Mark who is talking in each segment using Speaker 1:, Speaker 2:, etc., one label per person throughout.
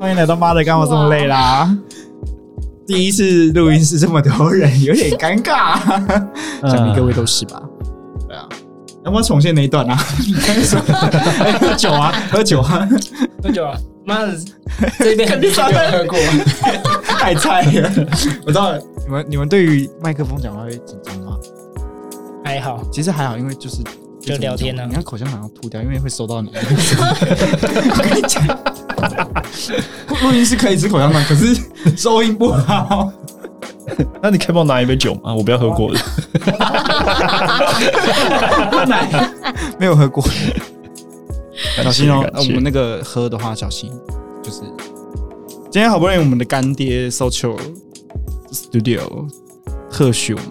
Speaker 1: 欢迎来到妈的，干嘛这么累啦？第一次录音室这么多人，有点尴尬，想必各位都是吧？对啊，要不要重现那一段啊？你刚才说哎喝酒啊，喝酒啊，
Speaker 2: 喝酒啊！妈的，这边 肯定没有喝过。
Speaker 1: 太菜了！我知道你们你们对于麦克风讲话会紧张吗？
Speaker 2: 还好，
Speaker 1: 其实还好，因为就是
Speaker 2: 就聊天啊
Speaker 1: 你看口香糖要吐掉，因为会收到你。 录音是可以吃口香糖，可是收音不好。
Speaker 3: 那你可以帮我拿一杯酒吗？我不要喝过的。
Speaker 1: 没有喝过，小心哦！
Speaker 3: 感
Speaker 1: 我
Speaker 3: 谢
Speaker 1: 们那个喝的话，小心就是。今天好不容易我们的干爹 Social Studio 特许我们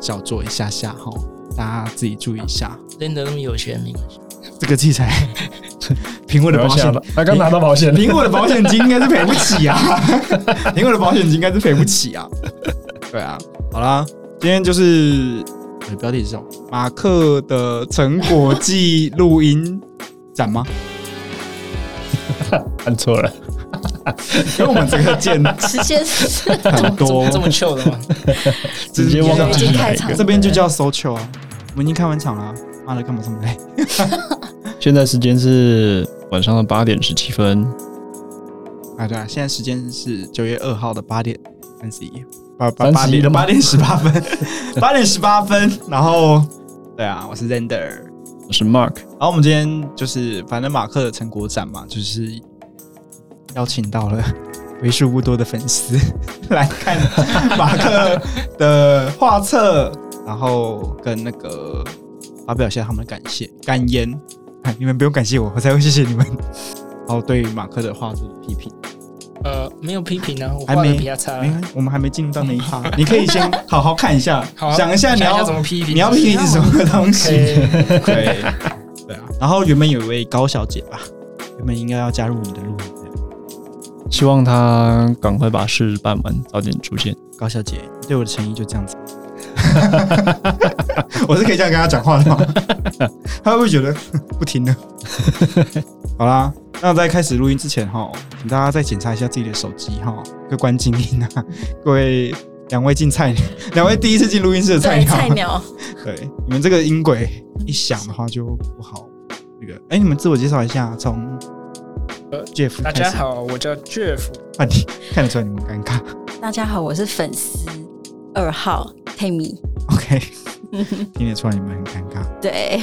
Speaker 1: 小酌一下下哈，大家自己注意一下
Speaker 2: 真的那么有钱没关系
Speaker 1: 这个器材。 苹果的
Speaker 3: 没
Speaker 1: 保
Speaker 3: 关系
Speaker 1: 险
Speaker 3: 啊，他刚拿到保 险，
Speaker 1: 苹果的保险金应该是赔不起啊，苹果的保险金应该是赔不起啊。对啊，好啦，今天就是呃标题是什么？马克的成果季录音展吗？
Speaker 3: 按错了。
Speaker 1: 因为我们这个见
Speaker 4: 直接是
Speaker 1: 很多，
Speaker 2: 这么旧的吗？
Speaker 3: 直接忘记是哪一
Speaker 4: 直接开
Speaker 3: 个
Speaker 4: 场。
Speaker 1: 这边就叫 social 啊。我们已经看完场了啊，妈的，干嘛这么累？
Speaker 3: 现在时间是晚上的八点十七分，
Speaker 1: 啊，对啊，现在时间是九月二号的八点三十一，八八
Speaker 3: 31
Speaker 1: 八点
Speaker 3: 了吗
Speaker 1: 八点十八分，八点十八分。然后，对啊，我是 Render。
Speaker 3: 我是 Mark。
Speaker 1: 然后我们今天就是，反正马克的成果展嘛，就是邀请到了 为数不多的粉丝来看马克的画册，然后跟那个发表一下他们的感谢感言。哎你们不用感谢我，我才会谢谢你们。然后对于马克的画作的批评，
Speaker 2: 呃，没有批评啊，我
Speaker 1: 还
Speaker 2: 画的
Speaker 1: 没
Speaker 2: 比较差。
Speaker 1: 没关系，我们还没进入到那一趴，你可以先好好看一下，
Speaker 2: 好啊，
Speaker 1: 想一下你要
Speaker 2: 怎么批评？哎
Speaker 1: 你要批评什么东西。
Speaker 2: OK，
Speaker 1: 对，对啊。然后原本有一位高小姐吧，原本应该要加入你的录音的
Speaker 3: 希望他赶快把事办完，早点出现。
Speaker 1: 高小姐，你对我的诚意就这样子吗。 我是可以这样跟她讲话的吗？ 她会不会觉得 不听呢？好啦，那在开始录音之前哈，请大家再检查一下自己的手机哈，各关静音啊，各位两位进菜，两位第一次进录音室的菜
Speaker 4: 对
Speaker 1: 鸟，
Speaker 4: 菜鸟，
Speaker 1: 对，你们这个音轨一响的话就不好。那个，哎、你们自我介绍一下，从
Speaker 2: 呃
Speaker 1: Jeff
Speaker 2: 大
Speaker 1: 开
Speaker 2: 家
Speaker 1: 始，
Speaker 2: 好，我叫 Jeff，
Speaker 1: 啊你 看得出来你们尴尬。
Speaker 4: 大家好，我是粉丝二号 Tammy，
Speaker 1: OK，听得出来你们很尴尬。
Speaker 4: 对，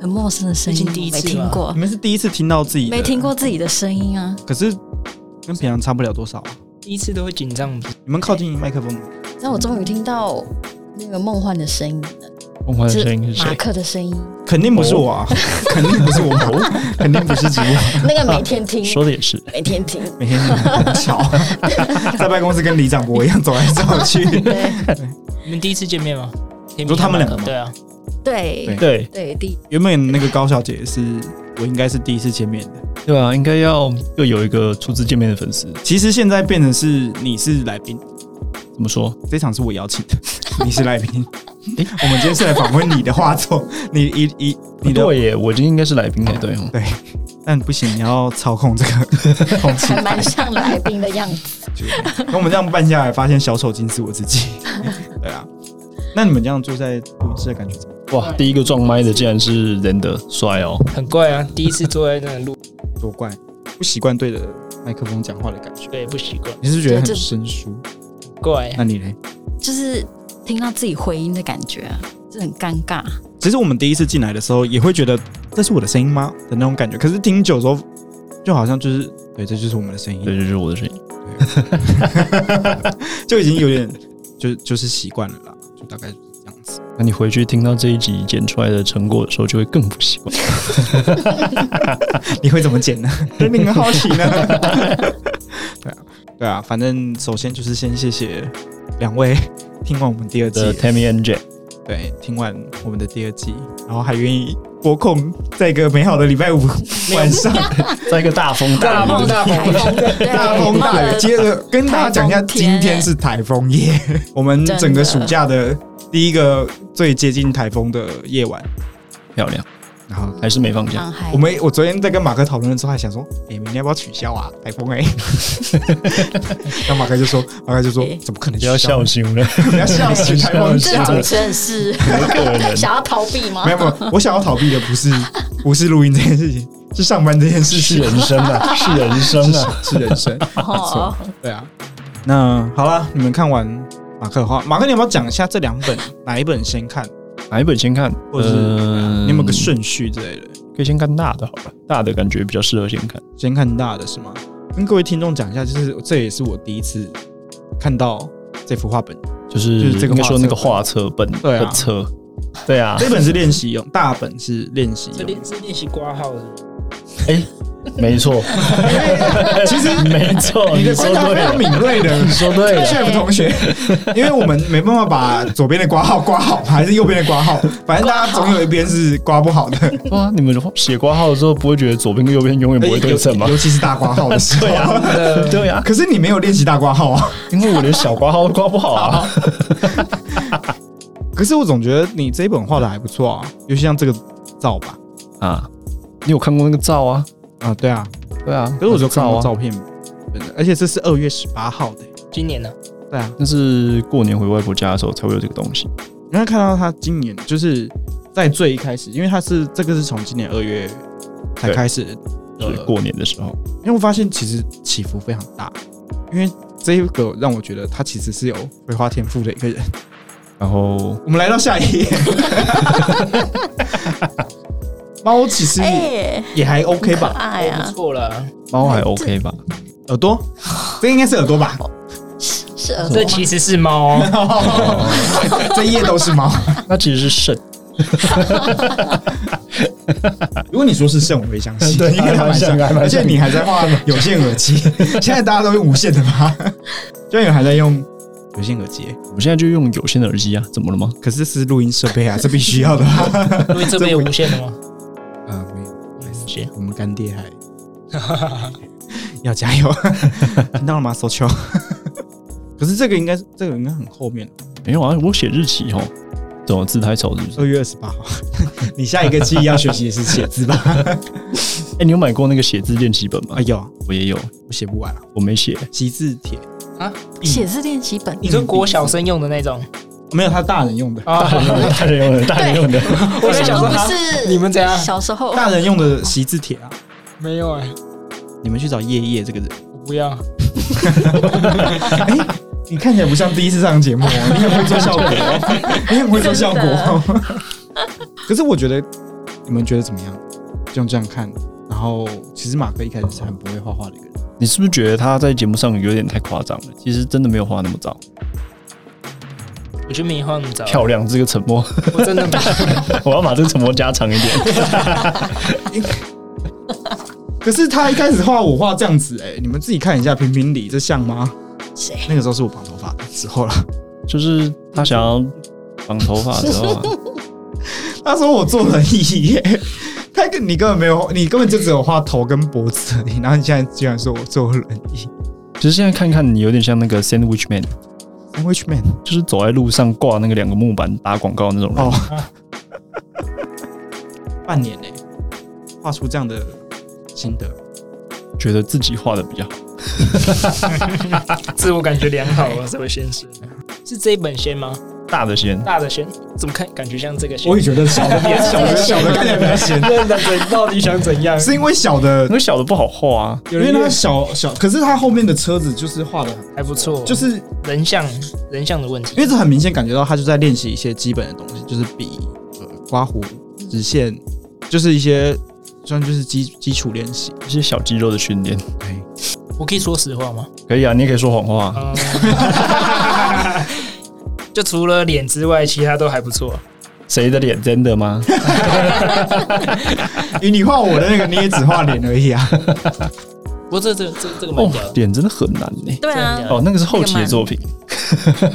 Speaker 4: 很陌生的声
Speaker 2: 毕
Speaker 4: 音，
Speaker 2: 竟第一次
Speaker 4: 没听过
Speaker 1: 你，们是第一次听到自己，
Speaker 4: 没听，过自己的声音啊，
Speaker 1: 可是跟平常差不了多少啊。
Speaker 2: 第一次都会紧张，
Speaker 1: 你们靠近麦克风，
Speaker 4: 那我终于听到那个梦幻的声音了，
Speaker 3: 梦幻的
Speaker 4: 是
Speaker 3: 声音是
Speaker 4: 马
Speaker 3: 谁？
Speaker 4: 克的声音，
Speaker 1: 肯定不是我啊， 肯定不是我， 肯定不是指我。
Speaker 4: 那个每天听，
Speaker 3: 说的也是。
Speaker 4: 每天听，
Speaker 1: 每天很吵， 在办公室跟李长博一样走来走去。
Speaker 4: 对
Speaker 2: 你们第一次见面吗？你
Speaker 1: 说他们两个吗
Speaker 2: 对啊，
Speaker 4: 对
Speaker 3: 对
Speaker 4: 对，第
Speaker 1: 原本那个高小姐是我应该是第一次见面的，
Speaker 3: 对吧、应该要又有一个初次见面的粉丝。
Speaker 1: 其实现在变成是你是来宾，
Speaker 3: 怎么说？
Speaker 1: 这场是我邀请的，你是来宾。诶我们今天是来访问你的画作，你一一你
Speaker 3: 你
Speaker 1: 的
Speaker 3: 对啊耶，我今天应该是来宾才哦对哦。
Speaker 1: 对，但不行，你要操控这个空气
Speaker 4: 还。蛮像来宾的样子，
Speaker 1: 那我们这样办下来，发现小丑竟是我自己。对啊，那你们这样坐在录音室的感觉怎么样？
Speaker 3: 哇，第一个撞麦的竟然是仁德，帅哦！
Speaker 2: 很怪啊，第一次坐在那录，
Speaker 1: 多怪，不习惯对着麦克风讲话的感觉，
Speaker 2: 哎对，不习惯，
Speaker 1: 你是不是觉得
Speaker 4: 对
Speaker 1: 很
Speaker 4: 这
Speaker 1: 生疏？
Speaker 2: 怪啊。
Speaker 1: 那你嘞？
Speaker 4: 就是听到自己回音的感觉啊，这很尴尬，
Speaker 1: 其实我们第一次进来的时候，也会觉得这是我的声音吗的那种感觉。可是听久之后，就好像就是对，这就是我们的声音。
Speaker 3: 对，这就是我的声音。
Speaker 1: 就已经有点就就是习惯了啦，就大概就是这样子。
Speaker 3: 那你回去听到这一集剪出来的成果的时候，就会更不习惯。
Speaker 1: 你会怎么剪呢？ 真令人好奇呢。对啊，对啊，反正首先就是先谢谢两位听完我们第二季
Speaker 3: 的，Tammy and Jack，
Speaker 1: 对，听完我们的第二季，然后还愿意拨空在一个美好的礼拜五晚上，
Speaker 3: 在一个大风大
Speaker 4: 梦
Speaker 3: 雨，
Speaker 4: 的台风，对
Speaker 1: 大风大雨。接着跟大家讲一下，
Speaker 4: 台风天
Speaker 1: 今天是台风夜，我们整个暑假的第一个最接近台风的夜晚。
Speaker 3: 漂亮。
Speaker 1: 然后
Speaker 3: 还是没放假。
Speaker 4: 很嗨
Speaker 1: 我。们我昨天在跟马克讨论的时候，还想说，哎、明天要不要取消啊？台风哎、 然后马克就说，马克就说
Speaker 4: 哎，
Speaker 1: 怎么可能
Speaker 3: 不
Speaker 1: 取
Speaker 3: 要
Speaker 1: 消
Speaker 3: 笑？醒了，
Speaker 1: 不要笑死，台风
Speaker 4: 这
Speaker 1: 假
Speaker 4: 个
Speaker 1: 了
Speaker 4: 主。持人是想要逃避吗
Speaker 1: 啊没？有没有，我想要逃避的 不是不是录音这件事情，是上班这件事
Speaker 3: 是
Speaker 1: 情，
Speaker 3: 人生啊，是人生啊。
Speaker 1: 是人生。
Speaker 4: 哦，
Speaker 1: 对啊，那好了，你们看完马克的话，马克，你有没有讲一下这两本哪一本先看？
Speaker 3: 哪一本先看？
Speaker 1: 或者是
Speaker 3: 呃
Speaker 1: 你有没有个顺序之类的？
Speaker 3: 可以先看大的好了，大的感觉比较适合先看。
Speaker 1: 先看大的是吗？跟各位听众讲一下，就是这也是我第一次看到这幅画本，
Speaker 3: 就是
Speaker 1: 就是这个
Speaker 3: 应该
Speaker 1: 画
Speaker 3: 说那个
Speaker 1: 册本
Speaker 3: 画册本
Speaker 1: 对啊
Speaker 3: 本册，对啊，
Speaker 1: 这本是练习用，大本是练习
Speaker 2: 这
Speaker 1: 用。
Speaker 2: 练是练习挂号是吗？
Speaker 3: 没错，
Speaker 1: 其实
Speaker 3: 没错，
Speaker 1: 你
Speaker 3: 你
Speaker 1: 的
Speaker 3: 说
Speaker 1: 观察非常
Speaker 3: 对了，
Speaker 1: 敏啊锐的
Speaker 3: 你说对 了，
Speaker 1: ，Chef 同学，因为我们没办法把左边的挂号挂好，还是右边的挂号，反正大家总有一边是挂不好的，
Speaker 3: 哇！你们写挂号之后不会觉得左边跟右边永远不会对称吗
Speaker 1: 尤？尤其是大挂 号的时候。
Speaker 3: 对啊， 对啊，
Speaker 1: 可是你没有练习大挂号啊。
Speaker 3: 因为我连小挂号都挂不好啊。
Speaker 1: 可是我总觉得你这一本画的还不错啊，尤其像这个照吧。
Speaker 3: 啊，你有看过那个照啊？
Speaker 1: 啊，对啊，
Speaker 3: 对啊，
Speaker 1: 可是我就看
Speaker 3: 那
Speaker 1: 过
Speaker 3: 个照
Speaker 1: 照
Speaker 3: 啊，
Speaker 1: 片，真的，而且这是二月十八号的、
Speaker 2: 今年呢？
Speaker 1: 对啊，
Speaker 3: 那是过年回外婆家的时候才会有这个东西。
Speaker 1: 你会看到他今年就是在最一开始，因为他是这个是从今年二月才
Speaker 3: 对
Speaker 1: 开始
Speaker 3: 就是
Speaker 1: 的，
Speaker 3: 过年的时候，
Speaker 1: 因为我发现其实起伏非常大，因为这一个让我觉得他其实是有绘画天赋的一个人。
Speaker 3: 然后
Speaker 1: 我们来到下一页，猫其实
Speaker 4: 哎，
Speaker 1: 也还 OK
Speaker 4: 可
Speaker 1: 吧，
Speaker 4: 爱
Speaker 2: 哦
Speaker 4: 啊
Speaker 2: 不，错啦，
Speaker 3: 猫还 OK 吧？
Speaker 1: 耳朵，这应该是耳朵吧？
Speaker 4: 是耳朵
Speaker 2: 这
Speaker 4: 吗？
Speaker 2: 其实是猫哦，
Speaker 1: 这一页都是猫。
Speaker 3: 那其实是肾，
Speaker 1: 如果你说是肾，我会相 信，
Speaker 3: 对
Speaker 1: 应该蛮像
Speaker 3: 还蛮像
Speaker 1: 的。
Speaker 3: 还
Speaker 1: 而
Speaker 3: 蛮像
Speaker 1: 且你还在画有线耳 机，现在大家都用无线的吧？就有人还在用有线耳机，
Speaker 3: 我们现在就用有线的耳机啊，怎么了吗？
Speaker 1: 可是这是录音设备啊，这必须要的吧？
Speaker 2: 因为这边有无线的吗？
Speaker 1: 啊，没有，
Speaker 2: 无线。
Speaker 1: 我们干爹还 要加油，听到了吗？搜球。 可是这个应该是这个应该很后面，
Speaker 3: 没有啊，我写日期哦，怎么字太丑是不是？
Speaker 1: 二月二十八号。 你下一个记忆要学习的是写字吧？
Speaker 3: 哎、你有买过那个写字练习本吗？
Speaker 1: 哎呦，
Speaker 3: 我也有，
Speaker 1: 我写不完了，
Speaker 3: 我没写。
Speaker 1: 习字帖
Speaker 4: 写字练习本，
Speaker 2: 你说国小生用的那种
Speaker 1: 没有他大人用的，
Speaker 2: 啊？
Speaker 3: 大人 用的，大人用的，
Speaker 2: 我在
Speaker 4: 小
Speaker 2: 想说
Speaker 4: 时候不
Speaker 2: 他
Speaker 4: 是
Speaker 2: 你们怎样
Speaker 4: 小时候
Speaker 1: 大人用的习字帖啊。
Speaker 2: 没有哎，
Speaker 1: 你们去找叶叶这个人，
Speaker 2: 我不要。
Speaker 1: 哎、你看起来不像第一次上节目、哦，你很会做效果哦，你很会做效果哦。 可是我觉得，你们觉得怎么样？用这样看，然后其实马克一开始是很不会画画的一个人，
Speaker 3: 你是不是觉得他在节目上有点太夸张了？其实真的没有画那么糟。
Speaker 2: 我觉得没画那么早，
Speaker 3: 漂亮，这个沉默，
Speaker 2: 我真的没
Speaker 3: 我要把这个沉默加长一点。
Speaker 1: 可是他一开始画我画这样子、哎，你们自己看一下评评理，这像吗？
Speaker 4: 谁
Speaker 1: 那个时候是我绑头发的时候了，
Speaker 3: 就是他想要绑头发的时候、啊，
Speaker 1: 他说我做了一夜。 他跟你根本没有，你根本就只有画头跟脖子而已。然后你现在居然说我做了轮椅
Speaker 3: 其实现在看看你有点像那个 Sandwich Man，
Speaker 1: ，Sandwich Man
Speaker 3: 就是走在路上挂那个两个木板打广告那种人。
Speaker 1: 哦，半年呢、画出这样的心得，
Speaker 3: 觉得自己画的比较好。
Speaker 2: 自我感觉良好啊，这位先生。是这一本先吗？
Speaker 3: 大的先，
Speaker 2: 大的先？怎么看感觉像这个先？
Speaker 1: 也觉得小 的
Speaker 2: 也
Speaker 1: 小的小的看起来比较 咸，
Speaker 2: 认得人到底想怎样？
Speaker 1: 是因为小的
Speaker 3: 那，个小的不好画啊。
Speaker 1: 因
Speaker 2: 有
Speaker 1: 为
Speaker 2: 人
Speaker 1: 那
Speaker 2: 那
Speaker 1: 个小小，可是他后面的车子就是画的，
Speaker 2: 还不错，
Speaker 1: 就是
Speaker 2: 人像人像的问题
Speaker 1: 因。为这很明显感觉到他就在练习一些基本的东西，就是笔、呃、刮胡、直线，就是一些算就是基基础练习。
Speaker 3: 一些小肌肉的训练。
Speaker 2: 我可以说实话吗？
Speaker 3: 可以啊，你也可以说谎话啊、
Speaker 2: 嗯，就除了脸之外，其他都还不错。
Speaker 3: 谁的脸真的吗？
Speaker 1: 因为 你画我的那个，你也只画脸而已啊。
Speaker 2: 不过这这这这个蛮
Speaker 3: 哦
Speaker 2: 屌，的，
Speaker 3: 脸真的很难呢、
Speaker 4: 对啊，
Speaker 3: 哦，那个是后期的作品，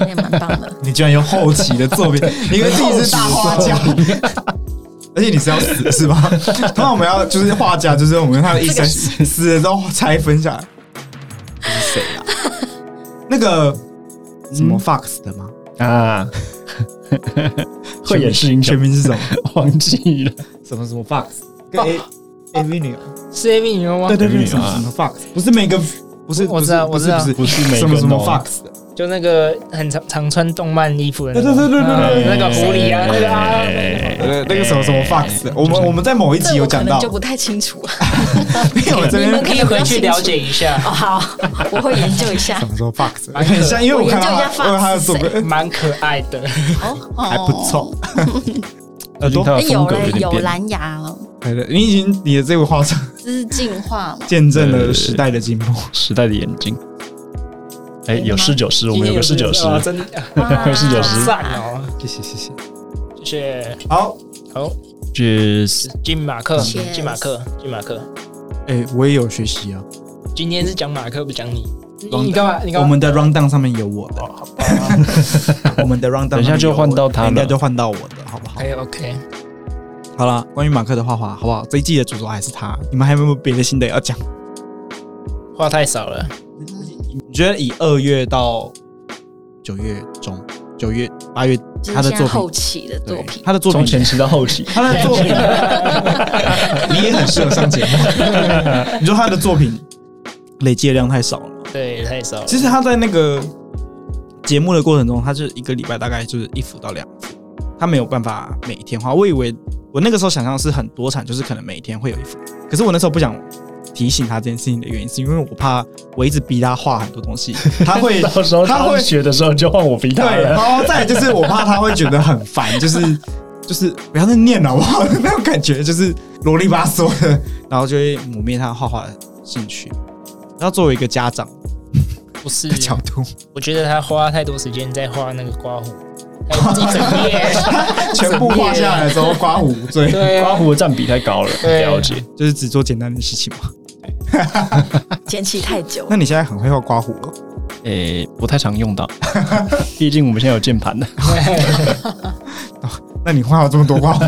Speaker 4: 也蛮棒的。
Speaker 1: 你居然用后期的作 品，你以为自己是大画家， 而且你是要死是 吧？通常我们要就是画家，就是我们他的一生死了之后拆分下来。嗯这是谁啊？那个什么 Fox 的吗？
Speaker 3: 啊，慧眼识英
Speaker 1: 全
Speaker 3: 雄，
Speaker 1: 名是什么？
Speaker 3: 忘记了，
Speaker 1: 什么什么 Fox 跟 A A V 女，
Speaker 2: 是 A V 女优吗？
Speaker 1: 对对对，
Speaker 3: AV
Speaker 1: 什么
Speaker 3: 啊
Speaker 1: 什么 Fox，不是每个不是，
Speaker 2: 我知道
Speaker 1: 不是
Speaker 2: 我知道
Speaker 1: 不是
Speaker 3: 不是
Speaker 1: 不是
Speaker 3: 每
Speaker 1: 什
Speaker 3: 个
Speaker 1: 么什么
Speaker 3: 都
Speaker 1: Fox 的，
Speaker 2: 就那个很常常穿动漫衣服的那
Speaker 1: 对
Speaker 2: 个，
Speaker 1: 对对对对
Speaker 2: 嗯
Speaker 1: 对
Speaker 2: 那个狐狸啊，那个啊，
Speaker 3: 哎
Speaker 1: 呃，那个什么什么 Fox，的我们我们在某一集
Speaker 4: 这
Speaker 1: 有
Speaker 4: 我可
Speaker 1: 讲
Speaker 4: 能
Speaker 1: 到
Speaker 4: 就，不太清楚了。
Speaker 1: 没有 我这
Speaker 4: 你
Speaker 1: 边
Speaker 4: 们
Speaker 2: 可以回去了解一 下，
Speaker 4: 哦，好，我会研究 一下
Speaker 1: 什。么时候 Fox，很哎像，因为我看到
Speaker 4: 我研究一下
Speaker 1: 他，我
Speaker 4: Fox
Speaker 1: 他有做 个
Speaker 2: 蛮可爱的。
Speaker 4: 哦，哦
Speaker 1: 还不错。
Speaker 3: 最近他
Speaker 4: 哎
Speaker 3: 的
Speaker 4: 有
Speaker 3: 风格
Speaker 4: 了，
Speaker 3: 点
Speaker 4: 有
Speaker 3: 变，
Speaker 4: 蓝牙了，
Speaker 1: 对对，你已经你的这个画册
Speaker 4: 资进化了。
Speaker 1: 见证了时代的进步。
Speaker 3: 时代的眼睛。哎，有
Speaker 4: 吗
Speaker 3: 试酒师，我们有个试酒师，
Speaker 2: 哇哦真的
Speaker 4: 哇
Speaker 3: 是有时
Speaker 2: 赞哦，
Speaker 1: 谢谢谢谢。
Speaker 2: 谢谢。
Speaker 1: 好，
Speaker 2: 好，
Speaker 3: 就是
Speaker 2: 金马克，
Speaker 4: Cheers
Speaker 2: 金马克，金马克。
Speaker 1: 哎，我也有学习啊，
Speaker 2: 今天是讲马克，不讲你。你
Speaker 1: 王
Speaker 2: 你干嘛？你干
Speaker 1: 我
Speaker 2: 嘛？
Speaker 1: 们的 round down 上面有我的，
Speaker 2: 哦
Speaker 1: 我们的 round down
Speaker 3: 等一下就换到他了
Speaker 1: 应该就换到我的，好不好？
Speaker 2: 哎，OK，
Speaker 1: 好了，关于马克的画画，好不好？这一季的主轴还是他，你们还有没有别的新的要讲？
Speaker 2: 话太少了。
Speaker 1: 你觉得以二月到九月中、九月、八月
Speaker 4: 就是
Speaker 1: 他的
Speaker 4: 现在
Speaker 1: 作
Speaker 4: 后
Speaker 1: 品，
Speaker 4: 期的作品
Speaker 1: 对，他的作
Speaker 3: 从前
Speaker 1: 品，
Speaker 3: 期到后期，
Speaker 1: 他的作品，你也很适合上节目。你说他的作品累积的量太少了。
Speaker 2: 对，太少了。
Speaker 1: 其实他在那个节目的过程中，他是一个礼拜大概就是一幅到两幅，他没有办法每天画。我以为我那个时候想象是很多产，就是可能每天会有一幅。可是我那时候不想提醒他这件事情的原因，是因为我怕我一直逼他画很多东 西，他会
Speaker 3: 到时候
Speaker 1: 他会
Speaker 3: 学的时候就换我 逼他
Speaker 1: 对，然
Speaker 3: 了。
Speaker 1: 后再来就是我怕他会觉得很烦，就是 就是不要再念了，好不好？那种感觉就是啰里吧嗦的，然后就会磨灭他画画的兴趣。然后作为一个家长
Speaker 2: 不是
Speaker 1: 的，角度，
Speaker 2: 我觉得他花太多时间在画那个刮 胡，还有一整夜。
Speaker 1: 全部画下来的时候刮胡无罪，
Speaker 2: 对
Speaker 3: 刮
Speaker 2: 啊，
Speaker 3: 胡的占比太高了，
Speaker 2: 对
Speaker 3: 了解。
Speaker 1: 就是只做简单的事情嘛。
Speaker 4: 前期太久
Speaker 1: 那，你现在很会画刮胡了，
Speaker 3: 诶，哎不太常用到， 毕竟我们现在有键盘的。
Speaker 1: 那你画了这么多刮 胡，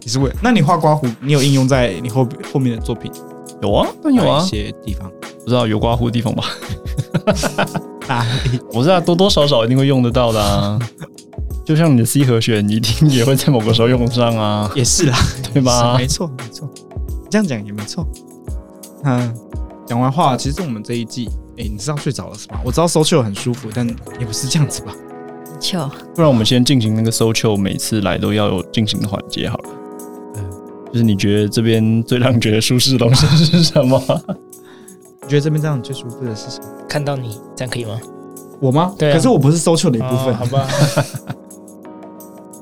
Speaker 1: 你是为那你画刮胡，你有应用在你后后面的作品
Speaker 3: 有啊，当然有
Speaker 1: 哪
Speaker 3: 啊
Speaker 1: 一，些地方？
Speaker 3: 不知道有刮胡的地方吧？
Speaker 1: 哪里？
Speaker 3: 我知道多多少少一定会用得到的啊。就像你的 C 和弦，你一定也会在某个时候用上啊，
Speaker 1: 也是啦。
Speaker 3: 对吧
Speaker 1: 是没？错，没错，这样讲也没错。嗯，讲完话，其实我们这一季，哎、你知道睡着了是吧？我知道 social 很舒服，但也不是这样子吧？
Speaker 4: 就
Speaker 3: 不然我们先进行那个搜求，每次来都要有进行的环节好了。
Speaker 2: 嗯
Speaker 3: 就是你觉得这边最让你觉得舒适的东西是什 么？
Speaker 1: 你觉得这边这样最舒服的是什么？
Speaker 2: 看到你，这样可以吗？
Speaker 1: 我吗？
Speaker 2: 对啊
Speaker 1: 可是我不是 social 的一部分，
Speaker 2: 哦好吧。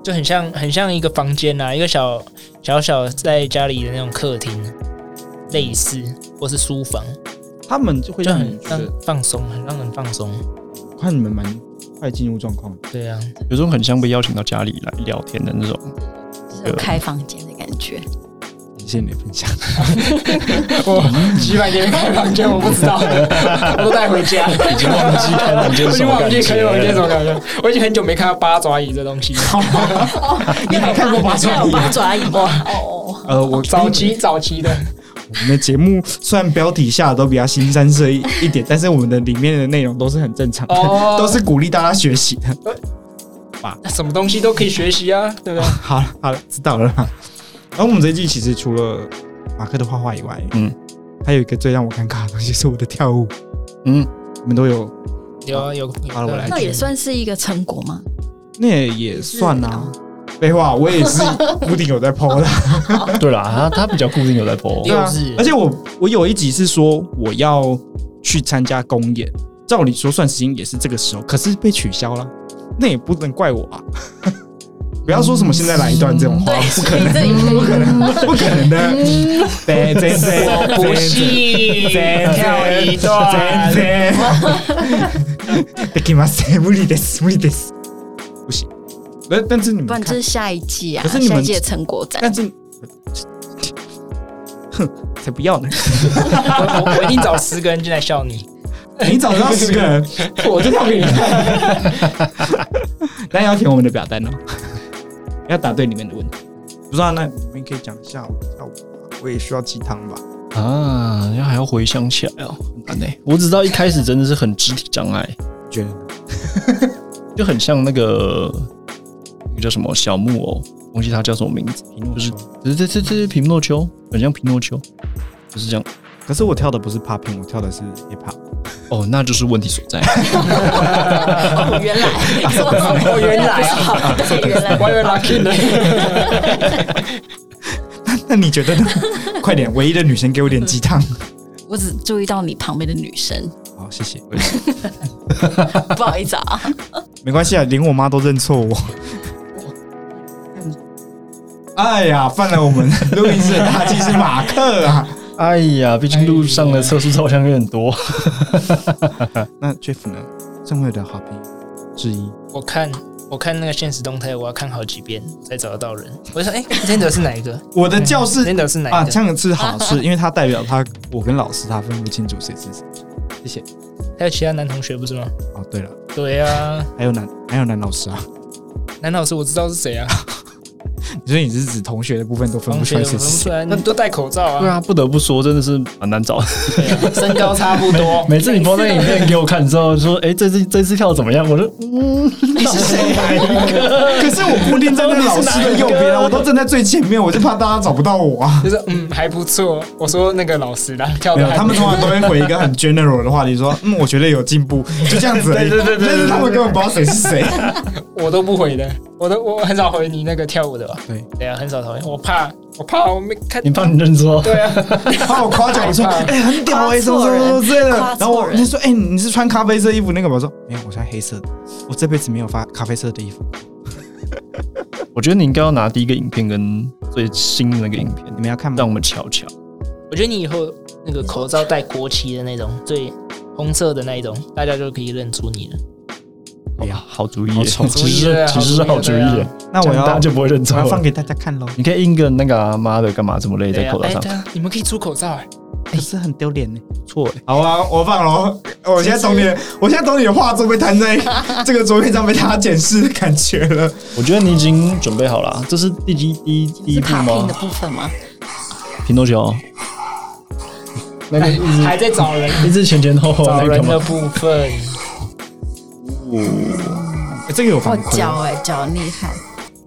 Speaker 2: 就很像很像一个房间呐、啊，一个小小小在家里的那种客厅，类似或是书房，
Speaker 1: 他们就会
Speaker 2: 就
Speaker 1: 让
Speaker 2: 很
Speaker 1: 你觉
Speaker 2: 让
Speaker 1: 得，
Speaker 2: 放松，很让人放松。
Speaker 1: 看你们蛮快进入状况。
Speaker 2: 对啊，
Speaker 3: 有种很像被邀请到家里来聊天的那种。
Speaker 4: 就是有开房间的感觉。
Speaker 1: 谢谢你的 分享。
Speaker 2: 我去饭店开房间，我不知道，我都带回家，已经
Speaker 3: 忘记开房间是什么感
Speaker 2: 我已经忘
Speaker 3: 觉了
Speaker 2: 记开房间什么感觉，我已经很久没看到八爪鱼这东西。
Speaker 1: 你没看过八爪
Speaker 4: 要有
Speaker 1: 鱼
Speaker 4: 八爪鱼吗？哦哦，
Speaker 1: 呃，我
Speaker 2: 早期早期的，
Speaker 1: 我们的节目虽然标题下的都比较新三色一一点，但是我们的里面的内容都是很正常的，
Speaker 2: 哦
Speaker 1: 都是鼓励大家学习的。
Speaker 2: 什么东西都可以学习啊，对不对？
Speaker 1: 好了好了，知道了啦。然后我们这一季其实除了马克的画画以外，
Speaker 3: 嗯，
Speaker 1: 还有一个最让我尴尬的东西是我的跳舞，
Speaker 3: 嗯，
Speaker 1: 你们都有，
Speaker 2: 有啊有，有
Speaker 1: 好了我来
Speaker 4: 那也算是一个成果吗？
Speaker 1: 那也算啊。废话，我也是固定有在 PO 的，
Speaker 3: 对啦，他他比较固定有在 po，
Speaker 1: 对啊
Speaker 2: 又是。
Speaker 1: 而且我我有一集是说我要去参加公演，照理说算时间也是这个时候，可是被取消了，那也不能怪我啊。 不要说什么现在来一段这种
Speaker 2: 嗯
Speaker 1: 话，不可能，不可能，不可能的。对，对对，
Speaker 2: 我 不信，跳一段。
Speaker 1: 全然。できません、無理です、無理です。不行。但但是你
Speaker 4: 不
Speaker 1: 们
Speaker 4: 然就
Speaker 1: 看
Speaker 4: 是，下一季啊，
Speaker 1: 可是你们
Speaker 4: 下一季的成果展。
Speaker 1: 但是， 哼，才不要呢！
Speaker 2: 我我我一定找十个人进来笑你，
Speaker 1: 你找得到十个人，
Speaker 2: 我就跳给你看。
Speaker 1: 但要填我们的表单哦，要答对里面的问题。不知道，那你们可以讲一下我跳舞吧，我也需要鸡汤吧。
Speaker 3: 啊，要还要回想起来哦，很难呢、我只知道一开始真的是很肢体障碍，
Speaker 1: 你觉得呢？
Speaker 3: 就很像那个个叫什么小木偶，忘记它叫什么名字，就是这这这这是匹诺丘，很像匹诺丘，就是这样。
Speaker 1: 可是我跳的不是 popping，我跳的是 hip hop。
Speaker 3: 哦，那就是问题所在。
Speaker 4: 哦，原来，哦
Speaker 2: 原来
Speaker 4: 啊，对，原来，
Speaker 2: 我以为 lucky 呢，
Speaker 1: 那你觉得 呢？快点，唯一的女生给我点鸡汤。
Speaker 4: 我只注意到你旁边的女生，
Speaker 1: 好，谢谢，
Speaker 4: 不好意 思啊。
Speaker 1: 没关系啊，连我妈都认错我。哎呀，犯了我们 录音室的大忌是马克啊！
Speaker 3: 哎呀，毕竟路上的测速照相有点多。
Speaker 1: 那 Jeff 呢？郑慧的好评之一，
Speaker 2: 我看我看那个现实动态，我要看好几遍才找得到人。我就说，哎、真的是哪一个？
Speaker 1: 我的教室
Speaker 2: 真的是哪
Speaker 1: 啊，
Speaker 2: 一个？
Speaker 1: 这样是好事，因为他代表他，我跟老师他分不清楚谁是谁。
Speaker 2: 还有其他男同学不是吗？
Speaker 1: 哦，对了，
Speaker 2: 对啊，
Speaker 1: 还有男还有男老师啊，
Speaker 2: 男老师我知道是谁啊，
Speaker 1: 所以你是指同学的部分都分
Speaker 2: 同
Speaker 1: 不出
Speaker 2: 学
Speaker 1: 来
Speaker 2: 我
Speaker 1: 是
Speaker 2: 分不
Speaker 1: 谁
Speaker 2: 出？来，你都戴口罩
Speaker 3: 对
Speaker 2: 啊，
Speaker 3: 啊，不得不说，真的是蛮难找的。
Speaker 2: 对啊身高差不 多。
Speaker 3: 每次你播那个影片给我看之后，说：“哎、这次这次跳怎么样？”我说：“嗯，你是谁来个？
Speaker 1: 可是我固定站在老师的右边啊，我都站在最前面，我就怕大家找不到我啊。
Speaker 2: 就是嗯还不错，我说那个老师啦，跳
Speaker 1: 没有
Speaker 2: 的，
Speaker 1: 他们通常都会回一个 很 general 的话题，说嗯，我觉得有进步，就这样子而已。
Speaker 2: 对对对对对
Speaker 1: 但是他们根本不知道谁是谁。
Speaker 2: 我都不回的，我都我很少回你那个跳舞的吧？
Speaker 1: 对，
Speaker 2: 对啊，很少回，我怕我怕我没看
Speaker 3: 你，怕你认哦错？
Speaker 2: 对啊，
Speaker 1: 怕我夸奖我说，哎、很屌哎、
Speaker 4: 夸
Speaker 1: 什么
Speaker 4: 错
Speaker 1: 什么
Speaker 4: 人
Speaker 1: 什么之类的。
Speaker 4: 夸错人
Speaker 1: 然后我就说，哎、你是穿咖啡色衣服那个吗？我说没有，我穿黑色的，我这辈子没有发咖啡色的衣服。
Speaker 3: 我觉得你应该要拿第一个影片跟最新的那个影片，
Speaker 1: 你们要看吗
Speaker 3: 让？我们瞧瞧。
Speaker 2: 我觉得你以后那个口罩戴国旗的那种，最红色的那一种，大家就可以认出你了。
Speaker 1: 哎
Speaker 3: 哎
Speaker 1: 呀
Speaker 3: 呀，好主意
Speaker 1: 好
Speaker 3: 耶，
Speaker 1: 丑
Speaker 3: 其实是其实是好主意
Speaker 2: 对
Speaker 3: 耶
Speaker 2: 啊，
Speaker 1: 那我
Speaker 3: 这样大
Speaker 1: 要
Speaker 3: 家就不会认错
Speaker 1: 我要放
Speaker 3: 了。
Speaker 1: 给大家看喽。
Speaker 3: 你可以印个那个啊妈的干嘛这么累
Speaker 2: 对
Speaker 3: 在
Speaker 2: 啊
Speaker 3: 口，罩
Speaker 2: 哎
Speaker 3: 上？
Speaker 2: 对啊，你们可以出口罩哎，
Speaker 1: 可是很丢脸呢。
Speaker 3: 不错哎，
Speaker 1: 好啊，我放喽。我现在懂你的，我现在懂你的画作被摊在这个桌面上被大家检视的感觉了。
Speaker 3: 我觉得你已经准备好了啊。这是第几第一第一
Speaker 4: 是
Speaker 3: 部
Speaker 4: 爬屏
Speaker 3: 吗
Speaker 4: 的？部分吗？
Speaker 3: 匹诺丘，那个一 直
Speaker 2: 还在找人，
Speaker 3: 一直前前后后
Speaker 2: 嗯找
Speaker 3: 那
Speaker 2: 人
Speaker 3: 个
Speaker 2: 的
Speaker 3: 吗？
Speaker 2: 部分，
Speaker 1: 哎这个有
Speaker 4: 哦
Speaker 1: 反，馈
Speaker 4: 脚
Speaker 2: 啊
Speaker 4: 哎，脚厉害，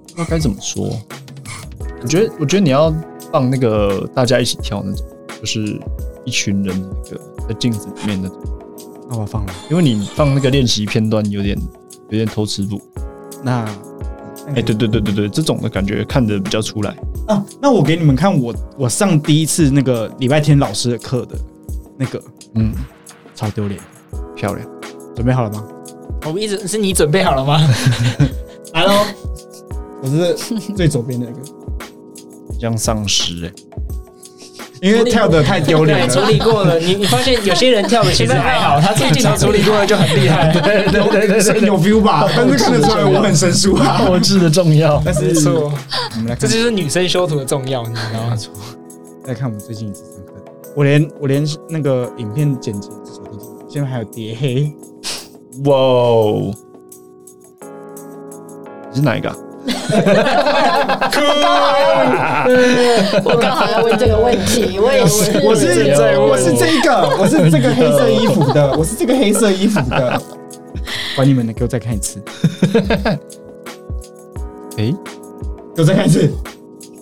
Speaker 3: 不知道该怎么说。我觉得，我觉得你要放那个大家一起跳那种，就是一群人的那个在镜子里面那种，
Speaker 1: 那我放了。
Speaker 3: 因为你放那个练习片段有点有点偷吃步。
Speaker 1: 那
Speaker 3: 哎、对对对对对，这种的感觉看得比较出来。
Speaker 1: 啊，那我给你们看我我上第一次那个礼拜天老师的课的那个
Speaker 3: 嗯，
Speaker 1: 超丢脸，
Speaker 3: 漂亮。
Speaker 1: 准备好了吗？
Speaker 2: 我们一直是你准备好了 吗？来喽，
Speaker 1: 我是最左边那个，
Speaker 3: 像丧尸哎，
Speaker 1: 因为跳的太丢脸
Speaker 2: 对，处
Speaker 1: 了。
Speaker 2: 理过了。你你发现有些人跳的其实还好，他最近头处理过了就很厉害。对对对对
Speaker 1: 是有 feel 吧？但是看得出来我很生疏啊。
Speaker 3: 后置的重要。
Speaker 1: 但
Speaker 2: 没
Speaker 1: 是
Speaker 2: 错，
Speaker 1: 我们来
Speaker 2: 这
Speaker 1: 看，
Speaker 2: 就是女生修图的重要，你知道吗？
Speaker 1: 来看我们最近一次上课。我连我连那个影片剪辑手都做不到，现在还有叠黑。
Speaker 3: 哇哦！你是哪一个啊、
Speaker 5: 我刚好在问这个问 题，我也是，
Speaker 1: 我是
Speaker 3: 在问
Speaker 1: 我是这个，我是这个黑色衣服的，我是这个黑色衣服的。管你们的，给我再看一 次，
Speaker 3: 哎、
Speaker 1: 给我再看一次。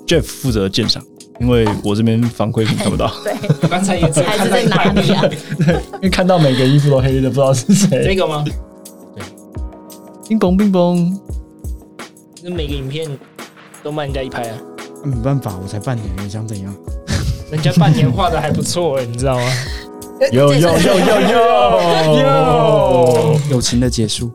Speaker 3: j e f f 负责鉴赏，因为我这边反馈屏看不到，
Speaker 5: 对，
Speaker 2: 我 刚才也是
Speaker 5: 孩子在哪里啊？
Speaker 3: 因为看到每个衣服都黑的，不知道是
Speaker 2: 这
Speaker 3: 谁。
Speaker 2: 个吗？
Speaker 3: 冰崩冰崩，
Speaker 2: 那每个影片都慢人家一拍啊，
Speaker 1: 嗯没办法，我才半年，你想怎样？
Speaker 2: 人家半年画的还不错哎，你知道 吗？
Speaker 3: 有有有有 有
Speaker 2: 哦
Speaker 3: 有，
Speaker 1: 友情的结束。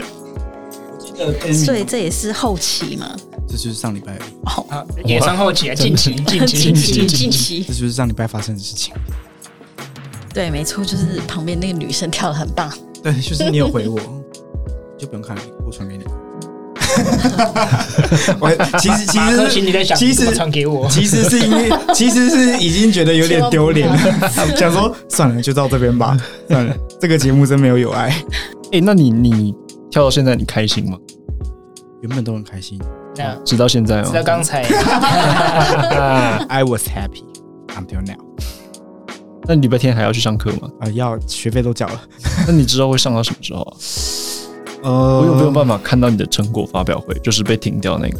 Speaker 4: 所以这也是后期嘛。
Speaker 1: 这就是上礼拜而已，
Speaker 2: 啊，也算后期啊，近期近期近
Speaker 4: 近
Speaker 2: 期
Speaker 4: 期，近期
Speaker 1: 这，就是上礼拜发生的事情。
Speaker 4: 对，没错，就是旁边那个女生跳的很棒，
Speaker 1: 对，就是你有回我，就不用看了，我传给你。 我其实其
Speaker 2: 马克心
Speaker 1: 实
Speaker 2: 里在想，
Speaker 1: 其实
Speaker 2: 你怎么传给我，
Speaker 1: 其实是因 为其实是已经觉得有点丢脸 了，想说算了，就到这边吧。算了，这个节目真没有友爱。
Speaker 3: 哎、那你你跳到现在你开心吗？
Speaker 1: 原本都很开心
Speaker 2: 那
Speaker 3: 直到现在
Speaker 2: 直到
Speaker 3: 哦，
Speaker 2: 刚才，
Speaker 1: ，I was happy until now。呃
Speaker 3: 那你礼拜天还要去上课吗？
Speaker 1: 啊，要学费都缴了，
Speaker 3: 那你之后会上到什么时候啊？
Speaker 1: 呃
Speaker 2: 嗯
Speaker 3: 我有没有办法看到你的成果发表会？就是被停掉那个。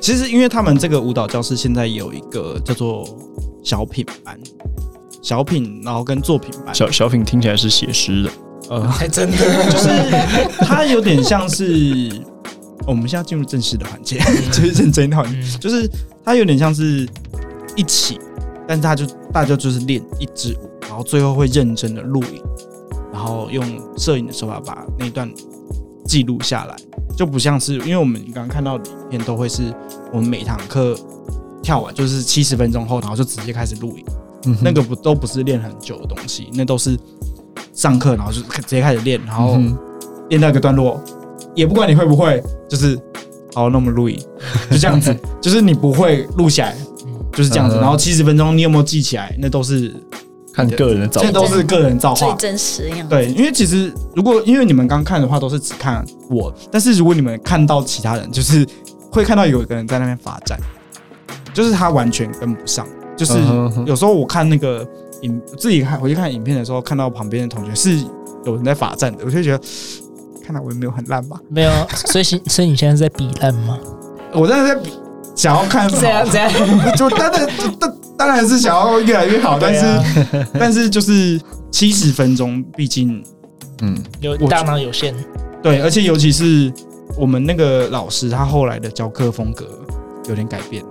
Speaker 1: 其实，因为他们这个舞蹈教室现在有一个叫做小品班，小品，然后跟作品班，
Speaker 3: 小小品听起来是写诗的，
Speaker 1: 呃，
Speaker 2: 还真的
Speaker 1: 就是它有点像是、哦我们现在进入正式的环节，就是认真的环节，
Speaker 2: 嗯
Speaker 1: 就是它有点像是一起，但是他就大家就是练一支舞，然后最后会认真的录影，然后用摄影的手法把那段记录下来，就不像是因为我们刚刚看到的影片都会是我们每堂课跳完就是七十分钟后，然后就直接开始录影，
Speaker 3: 嗯哼
Speaker 1: 那个不都不是练很久的东西，那都是上课然后就直接开始练，然后
Speaker 3: 嗯哼
Speaker 1: 练到一个段落，也不管你会不会，就是好，那我们录 影，就这样子，就是你不会录起来
Speaker 2: 嗯，
Speaker 1: 就是这样子。
Speaker 3: 嗯
Speaker 1: 然后七十分钟你有没有记起来，那都是
Speaker 3: 看个人的造
Speaker 1: 这
Speaker 3: 化
Speaker 1: 都。是个人造
Speaker 4: 最
Speaker 1: 化。
Speaker 4: 真实的样子。
Speaker 1: 哦对，因为其实如果因为你们刚看的话都是只看我，但是如果你们看到其他人，就是会看到有一个人在那边罚站，就是他完全跟不上，就是
Speaker 3: 嗯哼哼
Speaker 1: 有时候我看那个影，自己看回去看影片的时候，看到旁边的同学是有人在罚站的，我就觉得，看来我也没有很烂吧。
Speaker 2: 没有，啊所以所以你现在是在比烂吗？
Speaker 1: 我真的在想要看好，
Speaker 2: 这样，
Speaker 1: 就当然就当当然是想要越来越好，但
Speaker 2: 对
Speaker 1: 是、
Speaker 2: 啊
Speaker 1: 但是就是七十分钟，毕竟
Speaker 3: 嗯，
Speaker 2: 有
Speaker 1: 我
Speaker 2: 大脑有限，
Speaker 1: 对，而且尤其是我们那个老师他后来的教课风格有点改变，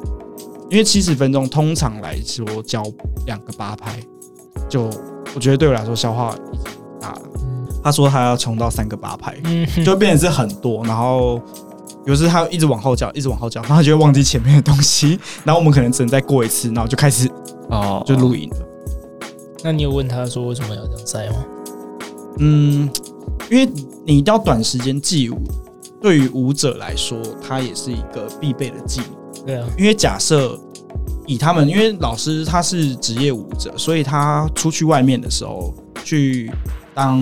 Speaker 1: 因为七十分钟通常来说教两个八拍，就我觉得对我来说消化已经大了。他说他要冲到三个八拍，
Speaker 2: 嗯，
Speaker 1: 就会变成是很多，然后有时他一直往后叫，一直往后叫，然后他就会忘记前面的东西， 然后我们可能只能再过一次，然后就开始
Speaker 3: 哦，
Speaker 1: 就录影了。
Speaker 2: 那你有问他说为什么要这样塞吗？
Speaker 1: 嗯，因为你要短时间记舞，对于舞者来说，它也是一个必备的技能。
Speaker 2: 对啊，
Speaker 1: 因为假设以他们，因为老师他是职业舞者，所以他出去外面的时候去当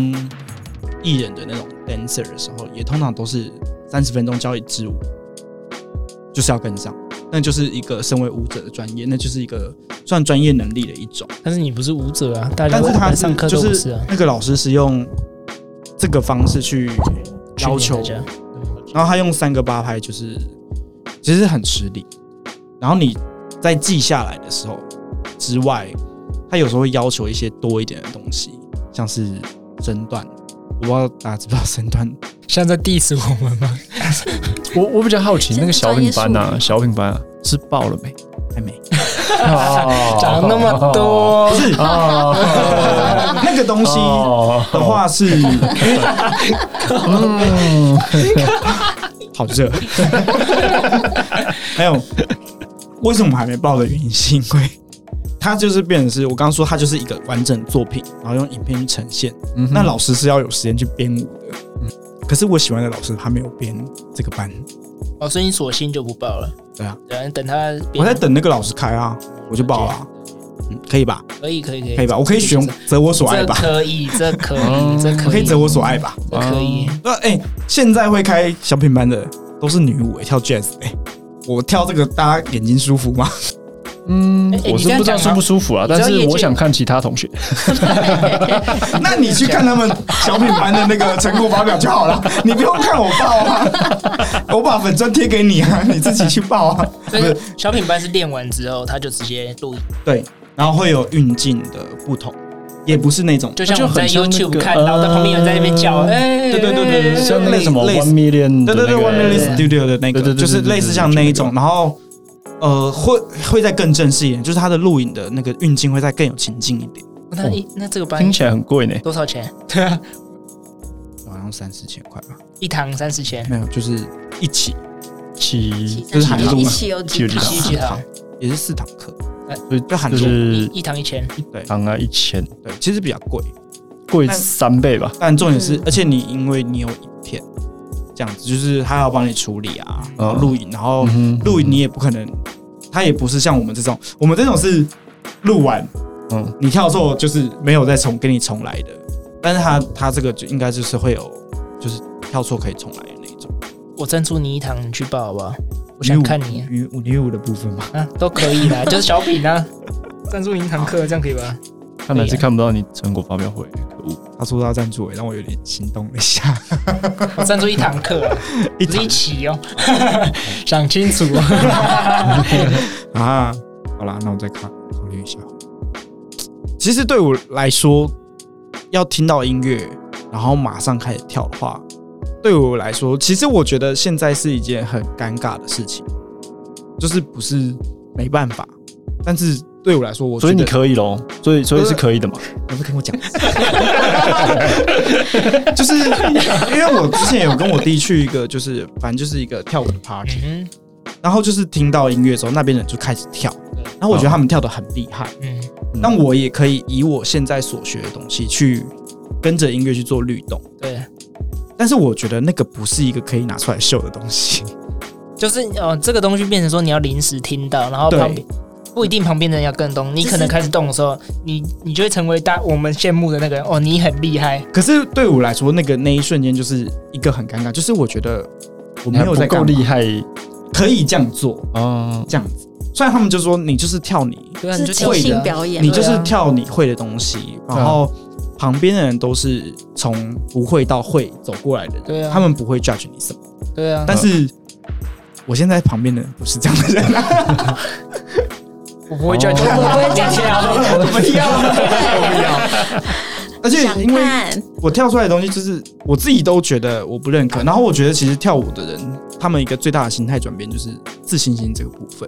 Speaker 1: 艺人的那种 dancer 的时候，也通常都是三十分钟教一支舞，就是要跟上，那就是一个身为舞者的专业，那就是一个算专业能力的一种。
Speaker 2: 但是你不是舞者啊，大家
Speaker 1: 但是他
Speaker 2: 来
Speaker 1: 是
Speaker 2: 上课
Speaker 1: 就
Speaker 2: 都不
Speaker 1: 是
Speaker 2: 是啊，
Speaker 1: 那个老师是用这个方式去要求
Speaker 2: 训练大家哦
Speaker 1: 然后他用三个八拍，就是其实很吃力。然后你在记下来的时候之外，他有时候会要求一些多一点的东西，像是身段。我不知道大家知不知道身段，
Speaker 2: 现在在 diss 我们吗？
Speaker 3: 我我比较好奇
Speaker 4: 现在
Speaker 3: 那个小品班
Speaker 4: 专业术
Speaker 3: 啊，
Speaker 4: 语
Speaker 3: 小品班啊，是爆了 没？
Speaker 1: 还没
Speaker 2: 讲那么多，
Speaker 1: 不是、
Speaker 3: 哦
Speaker 1: 那个东西
Speaker 3: 哦
Speaker 1: 的话是，因为
Speaker 3: 嗯，
Speaker 1: 好热。 还有，为什么还没报的原因是因为 它就是变成是我刚刚说，它就是一个完整作品，然后用影片去呈现。
Speaker 3: 嗯哼
Speaker 1: 那老师是要有时间去编舞的。可是我喜欢的老师他没有编这个班，
Speaker 2: 哦，所以你索性就不报了。
Speaker 1: 对啊，
Speaker 2: 对啊，你等他变。
Speaker 1: 我在等那个老师开啊，我就报了啊、嗯，可以吧？
Speaker 2: 可以可以可以
Speaker 1: 可以吧？我可以选择我所爱
Speaker 2: 这
Speaker 1: 吧？
Speaker 2: 可以，这可以，
Speaker 3: 嗯
Speaker 2: 这可以，
Speaker 1: 我可以择我所爱吧？
Speaker 2: 这可以。
Speaker 1: 那哎、现在会开小品班的都是女舞、哎，跳 jazz 哎、我跳这个大家眼睛舒服吗？
Speaker 3: 嗯
Speaker 2: 哎哎，
Speaker 3: 我
Speaker 2: 你
Speaker 3: 是
Speaker 2: 这样
Speaker 3: 不知道
Speaker 2: 讲
Speaker 3: 舒
Speaker 2: 吗
Speaker 3: 不舒服啊，
Speaker 2: 你知道
Speaker 3: 但
Speaker 2: 业
Speaker 3: 是
Speaker 2: 界
Speaker 3: 我想看其他同学。
Speaker 1: 那你去看他们小品班的那个成果发表就好 了，你不用看我报 啊，我把粉砖贴给你啊，你自己去报啊。
Speaker 2: 所以小品班是练完之后，他就直接录影，
Speaker 1: 对，然后会有运镜的不同，也不是那种
Speaker 2: 就像我们在
Speaker 3: 很像那个
Speaker 2: YouTube 看到，在旁边有人在那边叫，
Speaker 3: 呃
Speaker 2: 哎，
Speaker 1: 对对对对对对
Speaker 3: 像那个什么
Speaker 1: 类似
Speaker 3: One Million
Speaker 1: 对
Speaker 3: 的
Speaker 1: 对对，One
Speaker 3: 那
Speaker 1: Million
Speaker 3: 个
Speaker 1: Studio 的那
Speaker 3: 对对
Speaker 1: 个，
Speaker 3: 对对
Speaker 1: 就是类似像那一种，
Speaker 3: 对对对对
Speaker 1: 然后呃，会会再更正式一点，就是它的录影的那个运镜会再更有情境一点，
Speaker 2: 那一那这个班
Speaker 3: 听起来很贵呢。
Speaker 2: 多少钱？对啊，
Speaker 1: 好像三四千块吧，
Speaker 2: 一堂三四千，
Speaker 1: 没有，就是一起
Speaker 3: 七
Speaker 1: 这是韩综啊
Speaker 4: 一起有几
Speaker 3: 一起有
Speaker 2: 七
Speaker 3: 几
Speaker 4: 堂
Speaker 2: 七堂，
Speaker 1: 也是四堂课，
Speaker 3: 所以
Speaker 1: 就喊
Speaker 3: 就
Speaker 1: 多
Speaker 2: 一
Speaker 3: 是
Speaker 2: 一堂一千，
Speaker 3: 堂啊一千，
Speaker 1: 对，其实比较贵，
Speaker 3: 贵
Speaker 1: 但
Speaker 3: 三倍吧。
Speaker 1: 但重点是
Speaker 4: 嗯，
Speaker 1: 而且你因为你有影片，这样子就是他要帮你处理啊，然后
Speaker 3: 嗯
Speaker 1: 录影，然后
Speaker 3: 嗯哼
Speaker 1: 录影你也不可能，他也不是像我们这种，我们这种是录完，
Speaker 3: 嗯，
Speaker 1: 你跳的时候就是没有再重给你重来的，但是他他这个就应该就是会有，就是跳错可以重来的那一种。
Speaker 2: 我赞助你一堂，你去报好不好？我想看你
Speaker 1: 女舞女舞的部分嘛，
Speaker 2: 啊，都可以啦，就是小品啊，赞助你一堂课，这样可以吧？
Speaker 3: 看来是看不到你成果发表会，可恶！
Speaker 1: 他说他赞助也让我有点心动了一下，
Speaker 2: 我赞助一堂课啊，
Speaker 1: 一
Speaker 2: 不是一起哦， 想清 楚。
Speaker 1: 啊，好啦，那我再看考虑一下。其实对我来说，要听到音乐，然后马上开始跳的话，对我来说，其实我觉得现在是一件很尴尬的事情，就是不是没办法，但是对我来说，我
Speaker 3: 所以你
Speaker 1: 觉得
Speaker 3: 可以喽，所以所以
Speaker 1: 不是
Speaker 3: 是可以的嘛。
Speaker 1: 你不跟我讲， 就是因为我之前有跟我弟去一个，就是反正就是一个跳舞的 party，
Speaker 2: 嗯
Speaker 1: 然后就是听到音乐之后，那边人就开始跳，然后我觉得他们跳的很厉害，
Speaker 2: 哼嗯，
Speaker 1: 但我也可以以我现在所学的东西去跟着音乐去做律动，
Speaker 2: 对，
Speaker 1: 但是我觉得那个不是一个可以拿出来秀的东西，
Speaker 2: 就是哦，这个东西变成说你要临时听到，然后旁边
Speaker 1: 对
Speaker 2: 不一定旁边的人要跟着动，你可能开始动的时候，你你就会成为大我们羡慕的那个人哦，你很厉害，
Speaker 1: 可是对我来说，那个那一瞬间就是一个很尴尬，就是我觉得我
Speaker 3: 你
Speaker 1: 没
Speaker 3: 还
Speaker 1: 有在
Speaker 3: 不够
Speaker 1: 干嘛
Speaker 3: 厉害
Speaker 1: 可以这样做
Speaker 3: 啊！
Speaker 1: 这样子，虽然他们就说你就是跳你
Speaker 2: 对啊，你
Speaker 4: 是
Speaker 2: 就
Speaker 4: 即
Speaker 2: 跳
Speaker 1: 会的
Speaker 4: 兴表演啊
Speaker 1: 你
Speaker 4: 嘛，
Speaker 1: 就是跳你会的东西，
Speaker 3: 啊
Speaker 1: 然后旁边的人都是从不会到会走过来的人，
Speaker 2: 对啊
Speaker 1: 他们不会 judge 你什么。
Speaker 2: 对啊，
Speaker 1: 但是我现在旁边的人不是这样的人、 啊，
Speaker 2: 我不会 judge，
Speaker 3: 哦
Speaker 2: 我不会 judge 啊，我不要，
Speaker 1: 而且
Speaker 4: 想
Speaker 1: 因为
Speaker 4: 看
Speaker 1: 我跳出来的东西，就是我自己都觉得我不认可。然后我觉得其实跳舞的人，他们一个最大的心态转变就是自信心这个部分，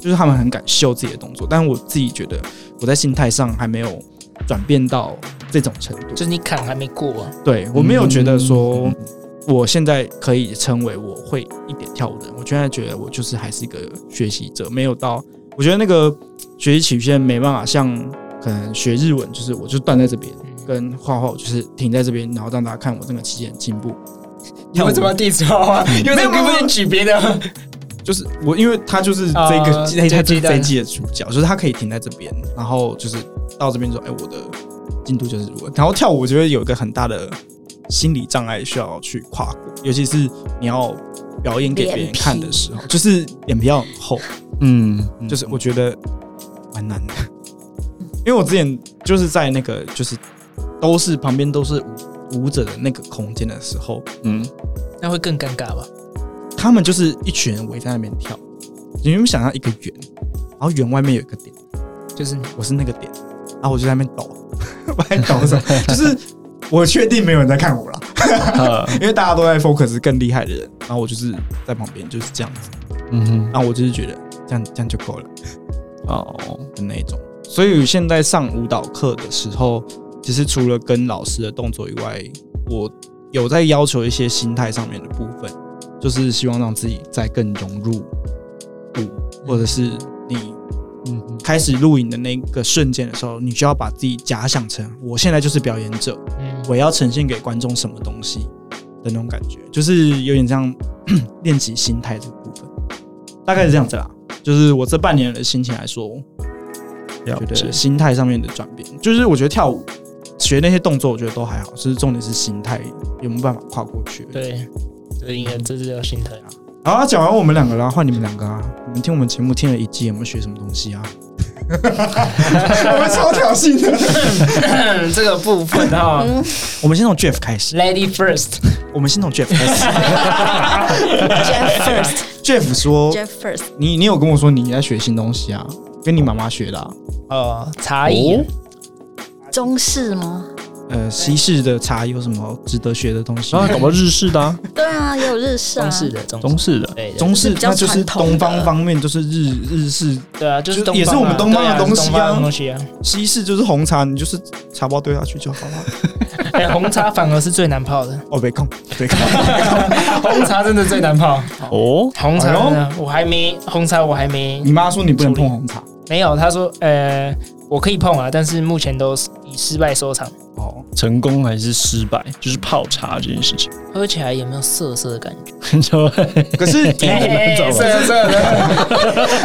Speaker 1: 就是他们很敢秀自己的动作，但我自己觉得我在心态上还没有转变到这种程度
Speaker 2: 就。是你坎还没过啊，
Speaker 1: 对我没有觉得
Speaker 2: 嗯
Speaker 1: 说我现在可以称为我会一点跳舞的人，我现在觉得我就是还是一个学习者，没有到我觉得那个学习曲线没办法像可能学日文，就是我就断在这边，跟画画我就是停在这边，然后让大家看我这个期间的进步。
Speaker 2: 你为什么要 diss 我啊？因为这个不能举别的，
Speaker 1: 就是我，因为他就是这个
Speaker 2: 啊
Speaker 1: 呃这他就是
Speaker 2: 这
Speaker 1: 这一季的主角，就是他可以停在这边，然后就是到这边说，哎，我的进度就是如何。然后跳舞，我觉得有一个很大的心理障碍需要去跨过，尤其是你要表演给别人看的时候，就是脸皮要很厚，
Speaker 3: 嗯，嗯
Speaker 1: 就是我觉得蛮难的。因为我之前就是在那个就是都是旁边都是舞舞者的那个空间的时候，
Speaker 3: 嗯，
Speaker 2: 那会更尴尬吧？
Speaker 1: 他们就是一群人围在那边跳，你们想象一个圆，然后圆外面有一个点，
Speaker 2: 就是
Speaker 1: 我是那个点，然后我就在那边抖， 我在抖什么？就是我确定没有人在看我了，
Speaker 3: 啊
Speaker 1: 因为大家都在 focus 更厉害的人，然后我就是在旁边就是这样子，
Speaker 3: 嗯哼，
Speaker 1: 然后我就是觉得这样这样就够了
Speaker 3: 哦，
Speaker 1: 的那一种。所以现在上舞蹈课的时候，其实除了跟老师的动作以外，我有在要求一些心态上面的部分，就是希望让自己再更融入舞，或者是你
Speaker 3: 嗯哼，
Speaker 1: 开始录影的那个瞬间的时候，你就要把自己假想成我现在就是表演者，
Speaker 2: 嗯，
Speaker 1: 我要呈现给观众什么东西的那种感觉，就是有点像 练习心态这个部分，大概是这样子啦。就是我这半年的心情来说，
Speaker 3: 了
Speaker 1: 觉
Speaker 3: 解
Speaker 1: 得。心态上面的转变，就是我觉得跳舞学那些动作，我觉得都还好，就是重点是心态有没有办法跨过去。，
Speaker 2: 对，这应该这是要心态啊。
Speaker 1: 好，那讲完我们两个啦，换你们两个啊，你们听我们节目听了一季，有没有学什么东西 啊？我们超挑衅的。
Speaker 2: 这个部分哈、
Speaker 4: 嗯
Speaker 1: 我们先从 Jeff 开始，
Speaker 2: l a d y first，
Speaker 1: 我们先从 Jeff 开 始。
Speaker 4: Jeff first，Jeff
Speaker 1: Jeff 说
Speaker 4: first，：“
Speaker 1: 你你有跟我说你在学新东西啊，跟你妈妈学的、啊，
Speaker 2: 哦，茶艺、啊
Speaker 4: 中式吗？
Speaker 1: 呃，哦西式的茶有什么值得学的东西？
Speaker 3: 啊，搞不好日式的啊，
Speaker 4: 对啊，也有日式啊，
Speaker 2: 中式的中
Speaker 3: 中式的，
Speaker 2: 对对
Speaker 1: 中式
Speaker 4: 比较
Speaker 1: 那就是
Speaker 4: 传统
Speaker 1: 东
Speaker 4: 的
Speaker 1: 方方面，就是日日式，
Speaker 2: 对啊，就是
Speaker 1: 就
Speaker 2: 东
Speaker 1: 也是
Speaker 2: 方啊
Speaker 1: 我们东方的
Speaker 2: 对啊
Speaker 1: 东西啊
Speaker 2: 东方的东 西啊。
Speaker 1: 西式就是红茶，你就是茶包丢下去就好了。
Speaker 2: 哎、红茶反而是最难泡的，
Speaker 1: 哦，别控，别 控。
Speaker 2: 红茶真的最难泡。
Speaker 3: 哦，
Speaker 2: 红茶真的
Speaker 1: 哎
Speaker 2: 我还没红茶，我还没
Speaker 1: 你妈说你不能碰红茶。
Speaker 2: 没有。他说，呃，我可以碰啊，但是目前都是以失败收场。
Speaker 1: 哦，
Speaker 3: 成功还是失败，就是泡茶这件事情，
Speaker 2: 喝起来有没有涩涩的感觉？
Speaker 3: 就
Speaker 1: 可是
Speaker 2: 哎哎哎涩涩的，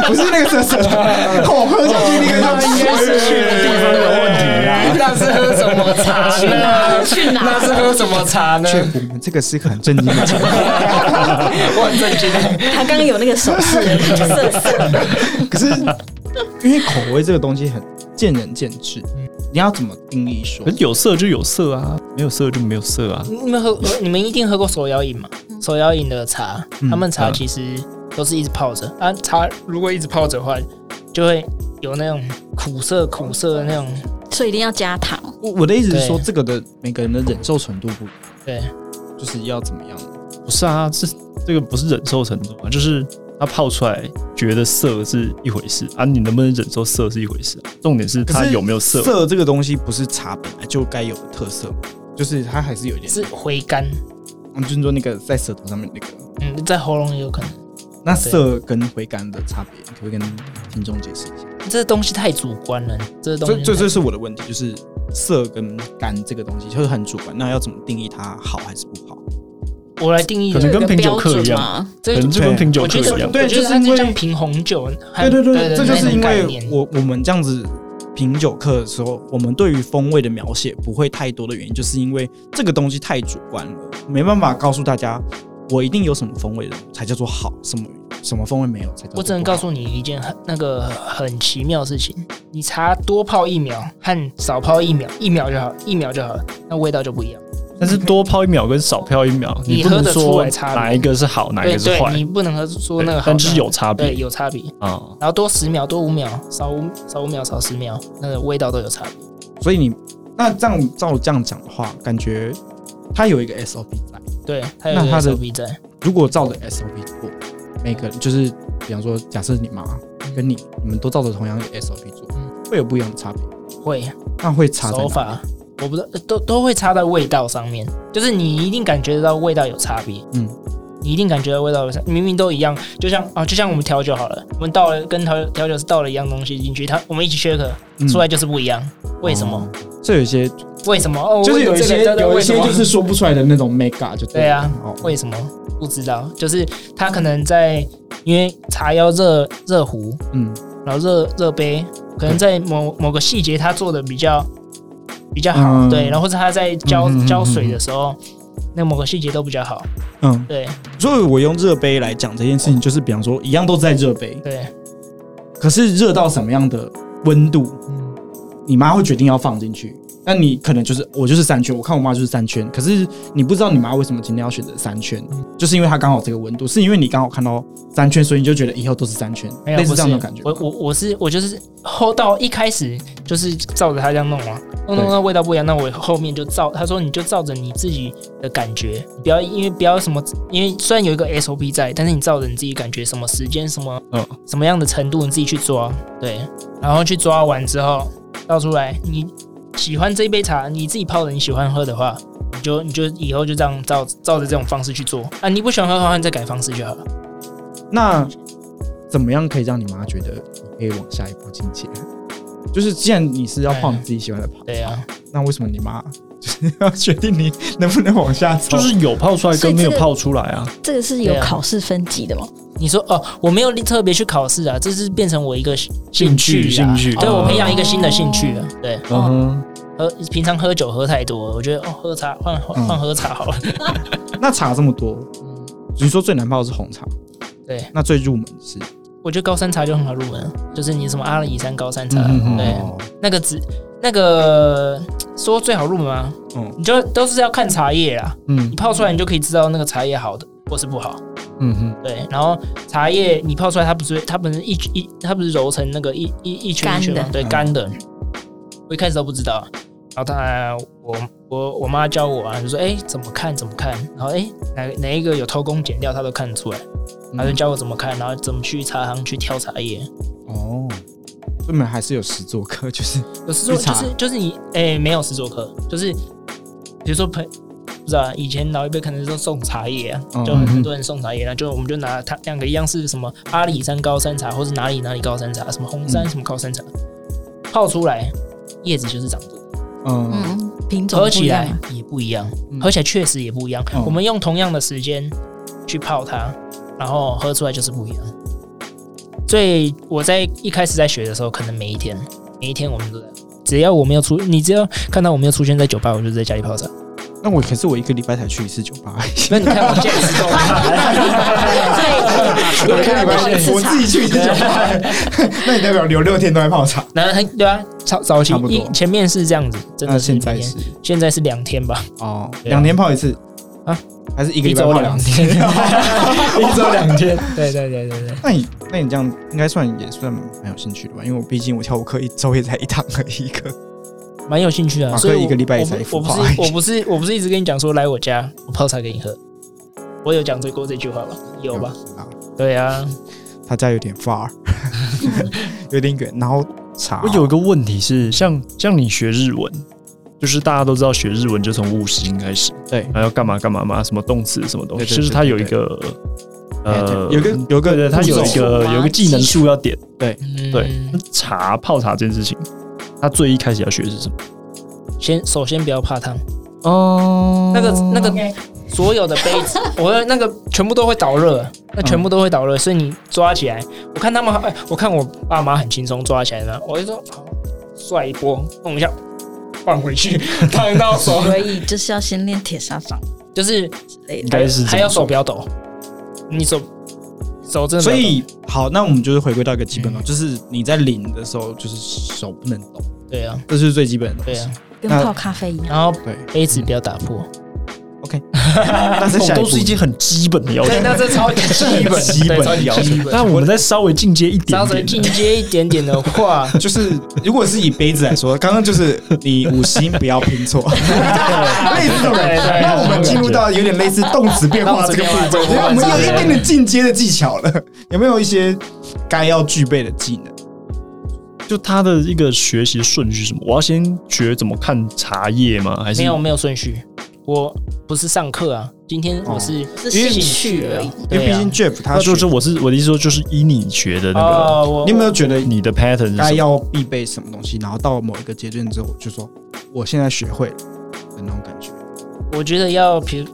Speaker 1: 不是那个色 色，我喝下去那个
Speaker 2: 那应该是去的地方有问题
Speaker 1: 啊
Speaker 2: 啦。那是喝什么茶
Speaker 4: 去哪
Speaker 2: 呢？
Speaker 4: 去哪
Speaker 2: 那是喝什么茶呢？
Speaker 1: Jeff，我们这个是一个很震惊的 节目。
Speaker 2: 我很震惊。
Speaker 4: 他刚刚有那个手 势，色色，
Speaker 1: 可是因为口味这个东西很见仁见智，你你要怎么定义说
Speaker 3: 可？ 是有色就有色啊，没有色就没有色啊。
Speaker 2: 你们喝，你们一定喝过手摇饮嘛？手摇饮的茶，
Speaker 1: 嗯
Speaker 2: 他们茶其实都是一直泡着。啊，茶如果一直泡着的话，就会有那种苦涩苦涩的那种。
Speaker 4: 所以一定要加糖。
Speaker 1: 我我的意思是说，
Speaker 2: 对
Speaker 1: 这个的每个人的忍受程度不一样，
Speaker 2: 对，
Speaker 1: 就是要怎么样？
Speaker 3: 不是啊，这这个不是忍受程度啊，就是它泡出来觉得涩是一回事啊，你能不能忍受涩是一回事啊、重点是它有没有涩。
Speaker 1: 色这个东西不是茶本来就该有的特色吗？就是它还是有一点，
Speaker 2: 是回甘，
Speaker 1: 嗯就是说那个在舌头上面那个，
Speaker 2: 嗯，在喉咙也有可能。
Speaker 1: 那色跟回甘的差别，你可不可以跟听众解释一下？
Speaker 2: 这东西太主观了，这东
Speaker 1: 这
Speaker 2: 西
Speaker 1: 这
Speaker 2: 太
Speaker 1: 这是我的问题，就是色跟甘这个东西就是很主观，那要怎么定义它好还是不好？
Speaker 2: 我来定义
Speaker 3: 可能
Speaker 2: 的。
Speaker 3: 跟品酒课一样，
Speaker 4: 嘛，
Speaker 2: 这
Speaker 3: 可能就跟品酒
Speaker 2: 我
Speaker 3: 课
Speaker 2: 觉
Speaker 3: 一
Speaker 2: 得
Speaker 3: 样。
Speaker 1: 对
Speaker 2: 我觉
Speaker 1: 就
Speaker 2: 得
Speaker 1: 是
Speaker 2: 它
Speaker 1: 因为
Speaker 2: 就像品红酒，
Speaker 1: 对对对，这就是因
Speaker 2: 那种概
Speaker 1: 为
Speaker 2: 念
Speaker 1: 我我们这样子品酒课的时候，我们对于风味的描写不会太多的原因，就是因为这个东西太主观了，没办法告诉大家我一定有什么风味的才叫做好，什么什么风味没有才叫做不好
Speaker 2: 我只能告诉你一件很那个很奇妙的事情：你茶多泡一秒和少泡一秒，一秒就好，一秒就好，那味道就不一样。
Speaker 3: 但是多泡一秒跟少泡一秒，
Speaker 2: 你
Speaker 3: 不
Speaker 2: 喝
Speaker 3: 能
Speaker 2: 得出
Speaker 3: 说
Speaker 2: 来差别
Speaker 3: 哪一个是好，哪一
Speaker 2: 对
Speaker 3: 个是
Speaker 2: 对，
Speaker 3: 坏，
Speaker 2: 你不能说
Speaker 3: 对
Speaker 2: 那个好，
Speaker 3: 但就是有差
Speaker 2: 对
Speaker 3: 别
Speaker 2: 有差别。
Speaker 3: 啊。
Speaker 2: 然后多十秒，多五秒，少五少五秒，少十秒，那个味道都有差别。
Speaker 1: 所以你那这样照这样讲的话，感觉它有一个 SOP 在。
Speaker 2: 对，它有
Speaker 1: 那它的
Speaker 2: 手臂在，
Speaker 1: 如果照着 SOP 做，每个人就是，比方说，假设你妈跟你，你们都照着同样的 SOP 做
Speaker 2: 嗯，
Speaker 1: 会有不一样的差别。
Speaker 2: 会
Speaker 1: 那会差在
Speaker 2: 手
Speaker 1: 哪？
Speaker 2: 法，我不知道，都都会差在味道上面，就是你一定感觉得到味道有差别，
Speaker 1: 嗯，
Speaker 2: 你一定感觉到味道有差，明明都一样，就像啊，就像我们调酒好了，我们倒了跟调调酒是倒了一样东西进去，它我们一起 shake
Speaker 1: 嗯
Speaker 2: 出来就是不一样，为什么？
Speaker 1: 哦这有一些
Speaker 2: 为什么？哦，
Speaker 1: 就是
Speaker 2: 我
Speaker 1: 有一
Speaker 2: 这个
Speaker 1: 些
Speaker 2: 这个
Speaker 1: 有一
Speaker 2: 为什
Speaker 1: 些
Speaker 2: 么
Speaker 1: 就是说不出来的那种 make up，就
Speaker 2: 对啊，
Speaker 1: 哦，
Speaker 2: 为什么不知道？就是它可能在因为茶要热热壶，
Speaker 1: 嗯，
Speaker 2: 然后热热杯，可能在某某个细节他做的比较比较好，
Speaker 1: 嗯
Speaker 2: 对，然后或者他在浇
Speaker 1: 嗯哼嗯哼
Speaker 2: 浇水的时候，那某个细节都比较好，
Speaker 1: 嗯，
Speaker 2: 对
Speaker 1: 所以我用热杯来讲这件事情，就是比方说，一样都在热杯，
Speaker 2: 对，
Speaker 1: 可是热到什么样的温度，你妈会决定要放进去。那你可能就是我就是三圈，我看我妈就是三圈，可是你不知道你妈为什么今天要选择三圈，就是因为她刚好这个温度，是因为你刚好看到三圈，所以你就觉得以后都是三圈，
Speaker 2: 没有
Speaker 1: 类似这样的
Speaker 2: 不是
Speaker 1: 感觉吗。
Speaker 2: 我我我是我就是后到一开始就是照着他这样弄啊，弄弄
Speaker 1: 对
Speaker 2: 弄味道不一样，那我后面就照他说你就照着你自己的感觉，你不要因为不要什么，因为虽然有一个 SOP 在，但是你照着你自己感觉什么时间什么
Speaker 3: 嗯
Speaker 2: 什么样的程度你自己去抓，对，然后去抓完之后倒出来，你喜欢这一杯茶，你自己泡的你喜欢喝的话。你就你就以后就这样照照着这种方式去做啊！你不喜欢喝的话，你再改方式就好了。
Speaker 1: 那怎么样可以让你妈觉得你可以往下一步进阶？就是既然你是要
Speaker 2: 啊
Speaker 1: 泡你自己喜欢的泡，
Speaker 2: 对啊，
Speaker 1: 那为什么你妈就是 要决定你能不能往下走？
Speaker 3: 就是有泡出来跟没有泡出来啊，
Speaker 4: 这个是有
Speaker 2: 对啊
Speaker 4: 考试分级的吗？
Speaker 2: 你说哦，我没有特别去考试啊，这是变成我一个兴趣
Speaker 3: 兴
Speaker 2: 啊
Speaker 3: 趣
Speaker 2: 对
Speaker 3: 哦
Speaker 2: 我培养一个新的兴趣了。对，
Speaker 3: 嗯哼，
Speaker 2: 喝平常喝酒喝太多了，我觉得哦，喝茶换换
Speaker 1: 嗯
Speaker 2: 换喝茶好 了。嗯
Speaker 1: 那茶这么多，你说最难泡的是红茶，
Speaker 2: 对，
Speaker 1: 那最入门是
Speaker 2: 我觉得高山茶就很好入门，就是你什么阿里山高山茶，
Speaker 3: 嗯哼
Speaker 2: 对，
Speaker 1: 哦
Speaker 2: 那个只那个说最好入门吗？
Speaker 1: 嗯
Speaker 2: 你就都是要看茶叶啦，
Speaker 1: 嗯
Speaker 2: 你泡出来你就可以知道那个茶叶好的或是不好。
Speaker 3: 嗯哼，
Speaker 2: 对，然后茶叶你泡出来，它不是它不是一一它不是揉成那个一一一圈一圈吗
Speaker 4: 干的
Speaker 2: 对，
Speaker 1: 嗯
Speaker 2: 干的。我一开始都不知道，然后他我我我妈教我啊，就说哎怎么看怎么看，然后哎哪哪一个有偷工减料，她都看得出来，她
Speaker 4: 嗯
Speaker 2: 就教我怎么看，然后怎么去茶行去挑茶叶。
Speaker 1: 哦，所以你们还是有实作课，就是
Speaker 2: 有时候
Speaker 1: 去茶
Speaker 2: 就是就是你哎没有实作课，就是比如说朋。不知道啊，以前老一辈可能说送茶叶啊，
Speaker 1: 嗯
Speaker 2: 就很多人送茶叶，那就我们就拿它两个一样是什么阿里山高山茶，或是哪里哪里高山茶，什么红山
Speaker 1: 嗯
Speaker 2: 什么高山茶，泡出来叶子就是长这个，
Speaker 1: 嗯
Speaker 4: 嗯，品种
Speaker 2: 喝
Speaker 4: 不一
Speaker 2: 起
Speaker 4: 样
Speaker 2: 来
Speaker 4: 吗
Speaker 2: 也不一样
Speaker 1: 嗯，
Speaker 2: 喝起来确实也不一样
Speaker 1: 嗯。
Speaker 2: 我们用同样的时间去泡它，然后喝出来就是不一样。最我在一开始在学的时候，可能每一天每一天我们都在，只要我没有出，你只要看到我没有出现在酒吧，我就在家里泡茶。
Speaker 1: 那我可是我一个礼拜才去一次酒吧，
Speaker 2: 那你看我现在是够
Speaker 5: 所以
Speaker 2: 我
Speaker 5: 有
Speaker 2: 看
Speaker 5: 人
Speaker 2: 到
Speaker 5: 泡一次
Speaker 1: 我
Speaker 5: 茶
Speaker 1: 自，己去一次酒吧，那你代表留六天都在泡茶。
Speaker 2: 然后很对啊，早早期
Speaker 1: 差不多
Speaker 2: 一前面是这样子，真
Speaker 1: 那
Speaker 2: 的是
Speaker 1: 现在
Speaker 2: 两
Speaker 1: 是
Speaker 2: 天现在是两天吧，
Speaker 1: 哦，
Speaker 2: 对啊
Speaker 1: 两天泡一次
Speaker 2: 啊，
Speaker 1: 还是一个礼拜
Speaker 2: 周
Speaker 1: 泡
Speaker 2: 两
Speaker 1: 次？
Speaker 2: 天，
Speaker 3: 一周两天，
Speaker 2: 对对对对对，
Speaker 1: 那你那你这样应该算也算蛮有兴趣的吧？因为我毕竟我跳舞课一周也才一堂而已，一个
Speaker 2: 蛮有兴趣的啊，
Speaker 1: 马克
Speaker 2: 所以我
Speaker 1: 一个礼拜也才一幅
Speaker 2: 我不
Speaker 1: 画
Speaker 2: 我不是我不是我不是一直跟你讲说来我家我泡茶给你喝，我有讲过这句话吧？有吧？？
Speaker 1: 啊，
Speaker 2: 对啊，
Speaker 1: 他家有点 far，有点远，然后茶
Speaker 3: 我有一个问题是，像像你学日文，就是大家都知道学日文就从五十音开始，
Speaker 1: 对
Speaker 3: 然后要干嘛干嘛嘛，什么动词什么东西，
Speaker 1: 对对
Speaker 3: 就是它
Speaker 1: 对
Speaker 3: 有
Speaker 1: 对哎
Speaker 3: 一个呃，
Speaker 1: 有一个有一
Speaker 3: 对对，
Speaker 1: 个
Speaker 3: 它有
Speaker 1: 步
Speaker 3: 一
Speaker 1: 骤
Speaker 3: 个有一个技能数要点。
Speaker 2: 嗯
Speaker 3: 对，那茶泡茶这件事情，它最一开始要学的是什么？
Speaker 2: 先首先不要怕烫，
Speaker 3: 哦
Speaker 2: 那个那个
Speaker 5: OK
Speaker 2: 所有的杯子， 我的那个全部都会导热，那全部都会
Speaker 3: 嗯
Speaker 2: 导热，所以你抓起来，我看他们，哎，我看我爸妈很轻松抓起来的，我就说好帅一波，弄一下，放回 去，烫到手，
Speaker 4: 所以就是要先练铁砂掌
Speaker 2: 就是
Speaker 4: 之类
Speaker 3: 应
Speaker 4: 的。
Speaker 3: 该是这
Speaker 2: 还有
Speaker 3: 样
Speaker 2: 手不要抖，你手手真的不
Speaker 1: 所
Speaker 2: 要抖，
Speaker 1: 以好，那我们就是回归到一个基本的，就是你在领的时候，就是手不能抖，
Speaker 2: 对啊，
Speaker 1: 这是最基本的东
Speaker 2: 对
Speaker 1: 西。
Speaker 2: 啊，
Speaker 4: 跟泡咖啡一样，
Speaker 2: 然后
Speaker 1: 对，
Speaker 2: 杯子不要打破，
Speaker 1: 但是
Speaker 3: 这
Speaker 1: 下一
Speaker 3: 种
Speaker 1: 步
Speaker 3: 都是一些很基本的要求
Speaker 2: 对，。那这超级基 本，
Speaker 1: 基本
Speaker 2: 对超级
Speaker 1: 要求
Speaker 2: 基本。
Speaker 3: 那我们再稍微进阶一点
Speaker 2: 稍微
Speaker 3: 点，
Speaker 2: 进阶一点点的 话，
Speaker 1: 就是如果是以杯子来说，刚刚就是你五十音不要拼错，类似这种感觉。
Speaker 2: 对对
Speaker 1: 那我们进入到有点类似动词变化这个步骤，
Speaker 2: 动词变化
Speaker 1: 我们有一点点进阶的技巧了。有没有一些该要具备的技能？
Speaker 3: 就它的一个学习顺序是什么？我要先学怎么看茶叶吗？还是
Speaker 2: 没有没有顺序，我不是上课啊，今天我是
Speaker 4: 是兴趣而已。
Speaker 1: 因为
Speaker 2: 对
Speaker 1: 毕
Speaker 2: 啊
Speaker 1: 竟 Jeff 他
Speaker 3: 那
Speaker 1: 学
Speaker 3: 就是我是我的意思说，就是以你学的那个、
Speaker 2: 哦，我
Speaker 1: 你有没有觉得
Speaker 3: 你的 pattern 是
Speaker 1: 该
Speaker 3: 什么？
Speaker 1: 要必备什么东西？然后到某一个阶段之后，我就说我现在学会了的那种感觉。
Speaker 2: 我觉得要，比如，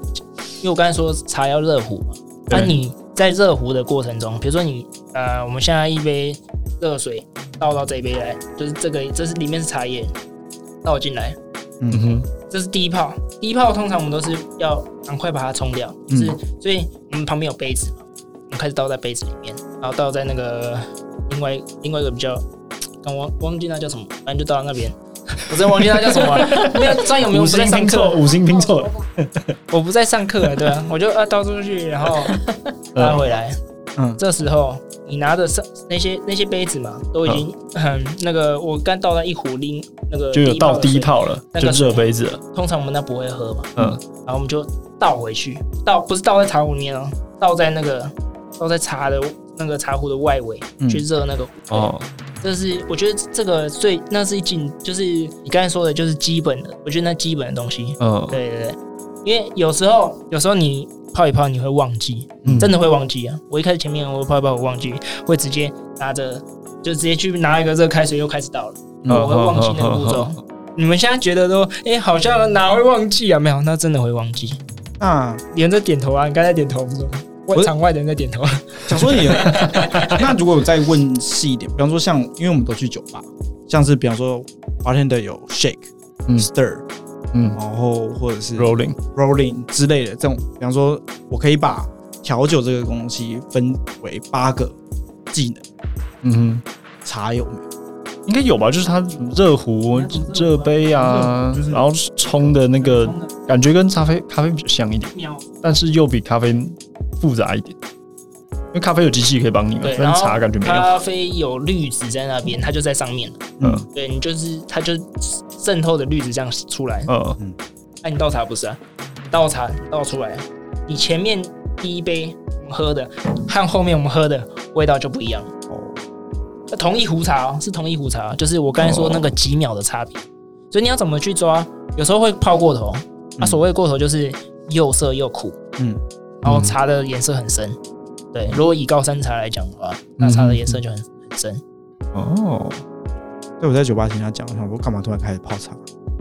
Speaker 2: 因为我刚才说茶要热壶嘛，那、
Speaker 3: 对
Speaker 2: 你在热壶的过程中，比如说你呃，我们现在一杯热水倒到这一杯来，就是这个，这是里面是茶叶倒进来，
Speaker 3: 嗯哼，
Speaker 2: 这是第一泡，第一泡通常我们都是要赶快把它冲掉，
Speaker 3: 嗯
Speaker 2: 就是、所以我们旁边有杯子嘛，我们开始倒在杯子里面，然后倒在那个另外另外一个比较，刚忘忘记那叫什么，反正就倒到那边，我真的忘记那叫什么了， 没有，专有没有
Speaker 3: 五
Speaker 2: 我不
Speaker 3: 星
Speaker 2: 在上
Speaker 3: 拼
Speaker 2: 课
Speaker 3: 错，，五星拼错，
Speaker 2: 我不在上课了，对啊，我就啊倒出去，然后
Speaker 3: 嗯呃
Speaker 2: 拉回来。
Speaker 1: 嗯
Speaker 2: 这时候你拿着上那些那些杯子嘛，都已经很、那个，我刚倒了一壶拎那个
Speaker 3: 嗯就有倒第一
Speaker 2: 的
Speaker 3: 泡了，
Speaker 2: 那
Speaker 3: 就
Speaker 2: 个
Speaker 3: 热杯子了。
Speaker 2: 水，通常我们那不会喝嘛，
Speaker 3: 嗯，
Speaker 2: 然后我们就倒回去，倒不是倒在茶壶里面哦，倒在那个倒在茶的那个茶壶的外围、
Speaker 1: 嗯
Speaker 2: 去热那个
Speaker 3: 哦，
Speaker 2: 这是我觉得这个最那是一进就是你刚才说的，就是基本的，我觉得那基本的东西，
Speaker 3: 嗯，
Speaker 2: 对对对，因为有时候有时候你泡一泡你会忘记，
Speaker 3: 嗯
Speaker 2: 真的会忘记啊！我一开始前面我泡一泡我忘记，会直接拿着就直接去拿一个热开水又开始倒了，
Speaker 3: 嗯
Speaker 2: 我会忘记那个步骤。你们现在觉得都哎、好像哪会忘记啊？没有，那真的会忘记。
Speaker 1: 那
Speaker 2: 有人在点头啊，你刚才点头不是吗？外
Speaker 1: 我
Speaker 2: 场外的人在点头，啊
Speaker 1: 想说你有，那如果我再问细一点，比方说像，因为我们都去酒吧，像是比方说 bartender 有 shake、
Speaker 3: 嗯
Speaker 1: stir，
Speaker 3: 嗯
Speaker 1: 然后或者是
Speaker 3: ，rolling，
Speaker 1: rolling 之类的这种，比方说我可以把调酒这个东西分为八个技能，
Speaker 3: 嗯
Speaker 1: 茶有没有？
Speaker 3: 哼，应该有吧？就是它热壶、热杯啊
Speaker 1: 就是，
Speaker 3: 然后冲的那个感觉跟咖啡咖啡比较像一点，
Speaker 2: 秒
Speaker 3: 但是又比咖啡复杂一点，因为咖啡有机器可以帮你嘛
Speaker 2: 对，，
Speaker 3: 但
Speaker 2: 然
Speaker 3: 是
Speaker 2: 后
Speaker 3: 茶感觉没有。
Speaker 2: 咖啡有滤纸在那边，它就在上面了。
Speaker 1: 嗯
Speaker 3: 嗯
Speaker 2: 对你就是它就渗透的滤纸这样出来，
Speaker 3: 嗯
Speaker 2: 那、你倒茶不是啊？倒茶倒出来，你前面第一杯我们喝的和后面我们喝的味道就不一样。
Speaker 1: 哦，
Speaker 2: 呃同一壶茶、哦、是同一壶茶哦、就是我刚才说那个几秒的差别。所以你要怎么去抓？有时候会泡过头，
Speaker 1: 嗯
Speaker 2: 那、所谓过头就是又涩又苦，
Speaker 1: 嗯，
Speaker 2: 然后茶的颜色很深。对，如果以高山茶来讲的话，那茶的颜色就很很深。
Speaker 3: 哦，
Speaker 1: 对，我在酒吧听他讲，我想说干嘛突然开始泡茶，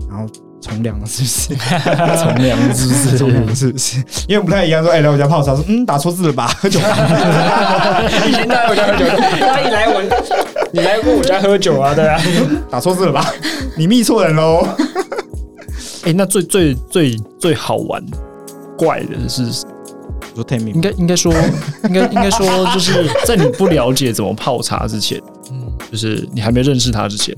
Speaker 1: 然后从良了是不是？ 从良了是不是？从良了是不是？因为不太一样，说哎、来我家泡茶，说嗯打错字了 吧，喝酒吧。
Speaker 2: 以前来我家喝酒，他一来我，你来过我家喝酒啊？对啊，
Speaker 1: 打错字了吧？你密错人喽。
Speaker 3: 哎、那最最最最好玩怪的是，
Speaker 1: 说 t a m
Speaker 3: 应该应该说，应该应该说，就是在你不了解怎么泡茶之前，
Speaker 2: 嗯，
Speaker 3: 就是你还没认识他之前，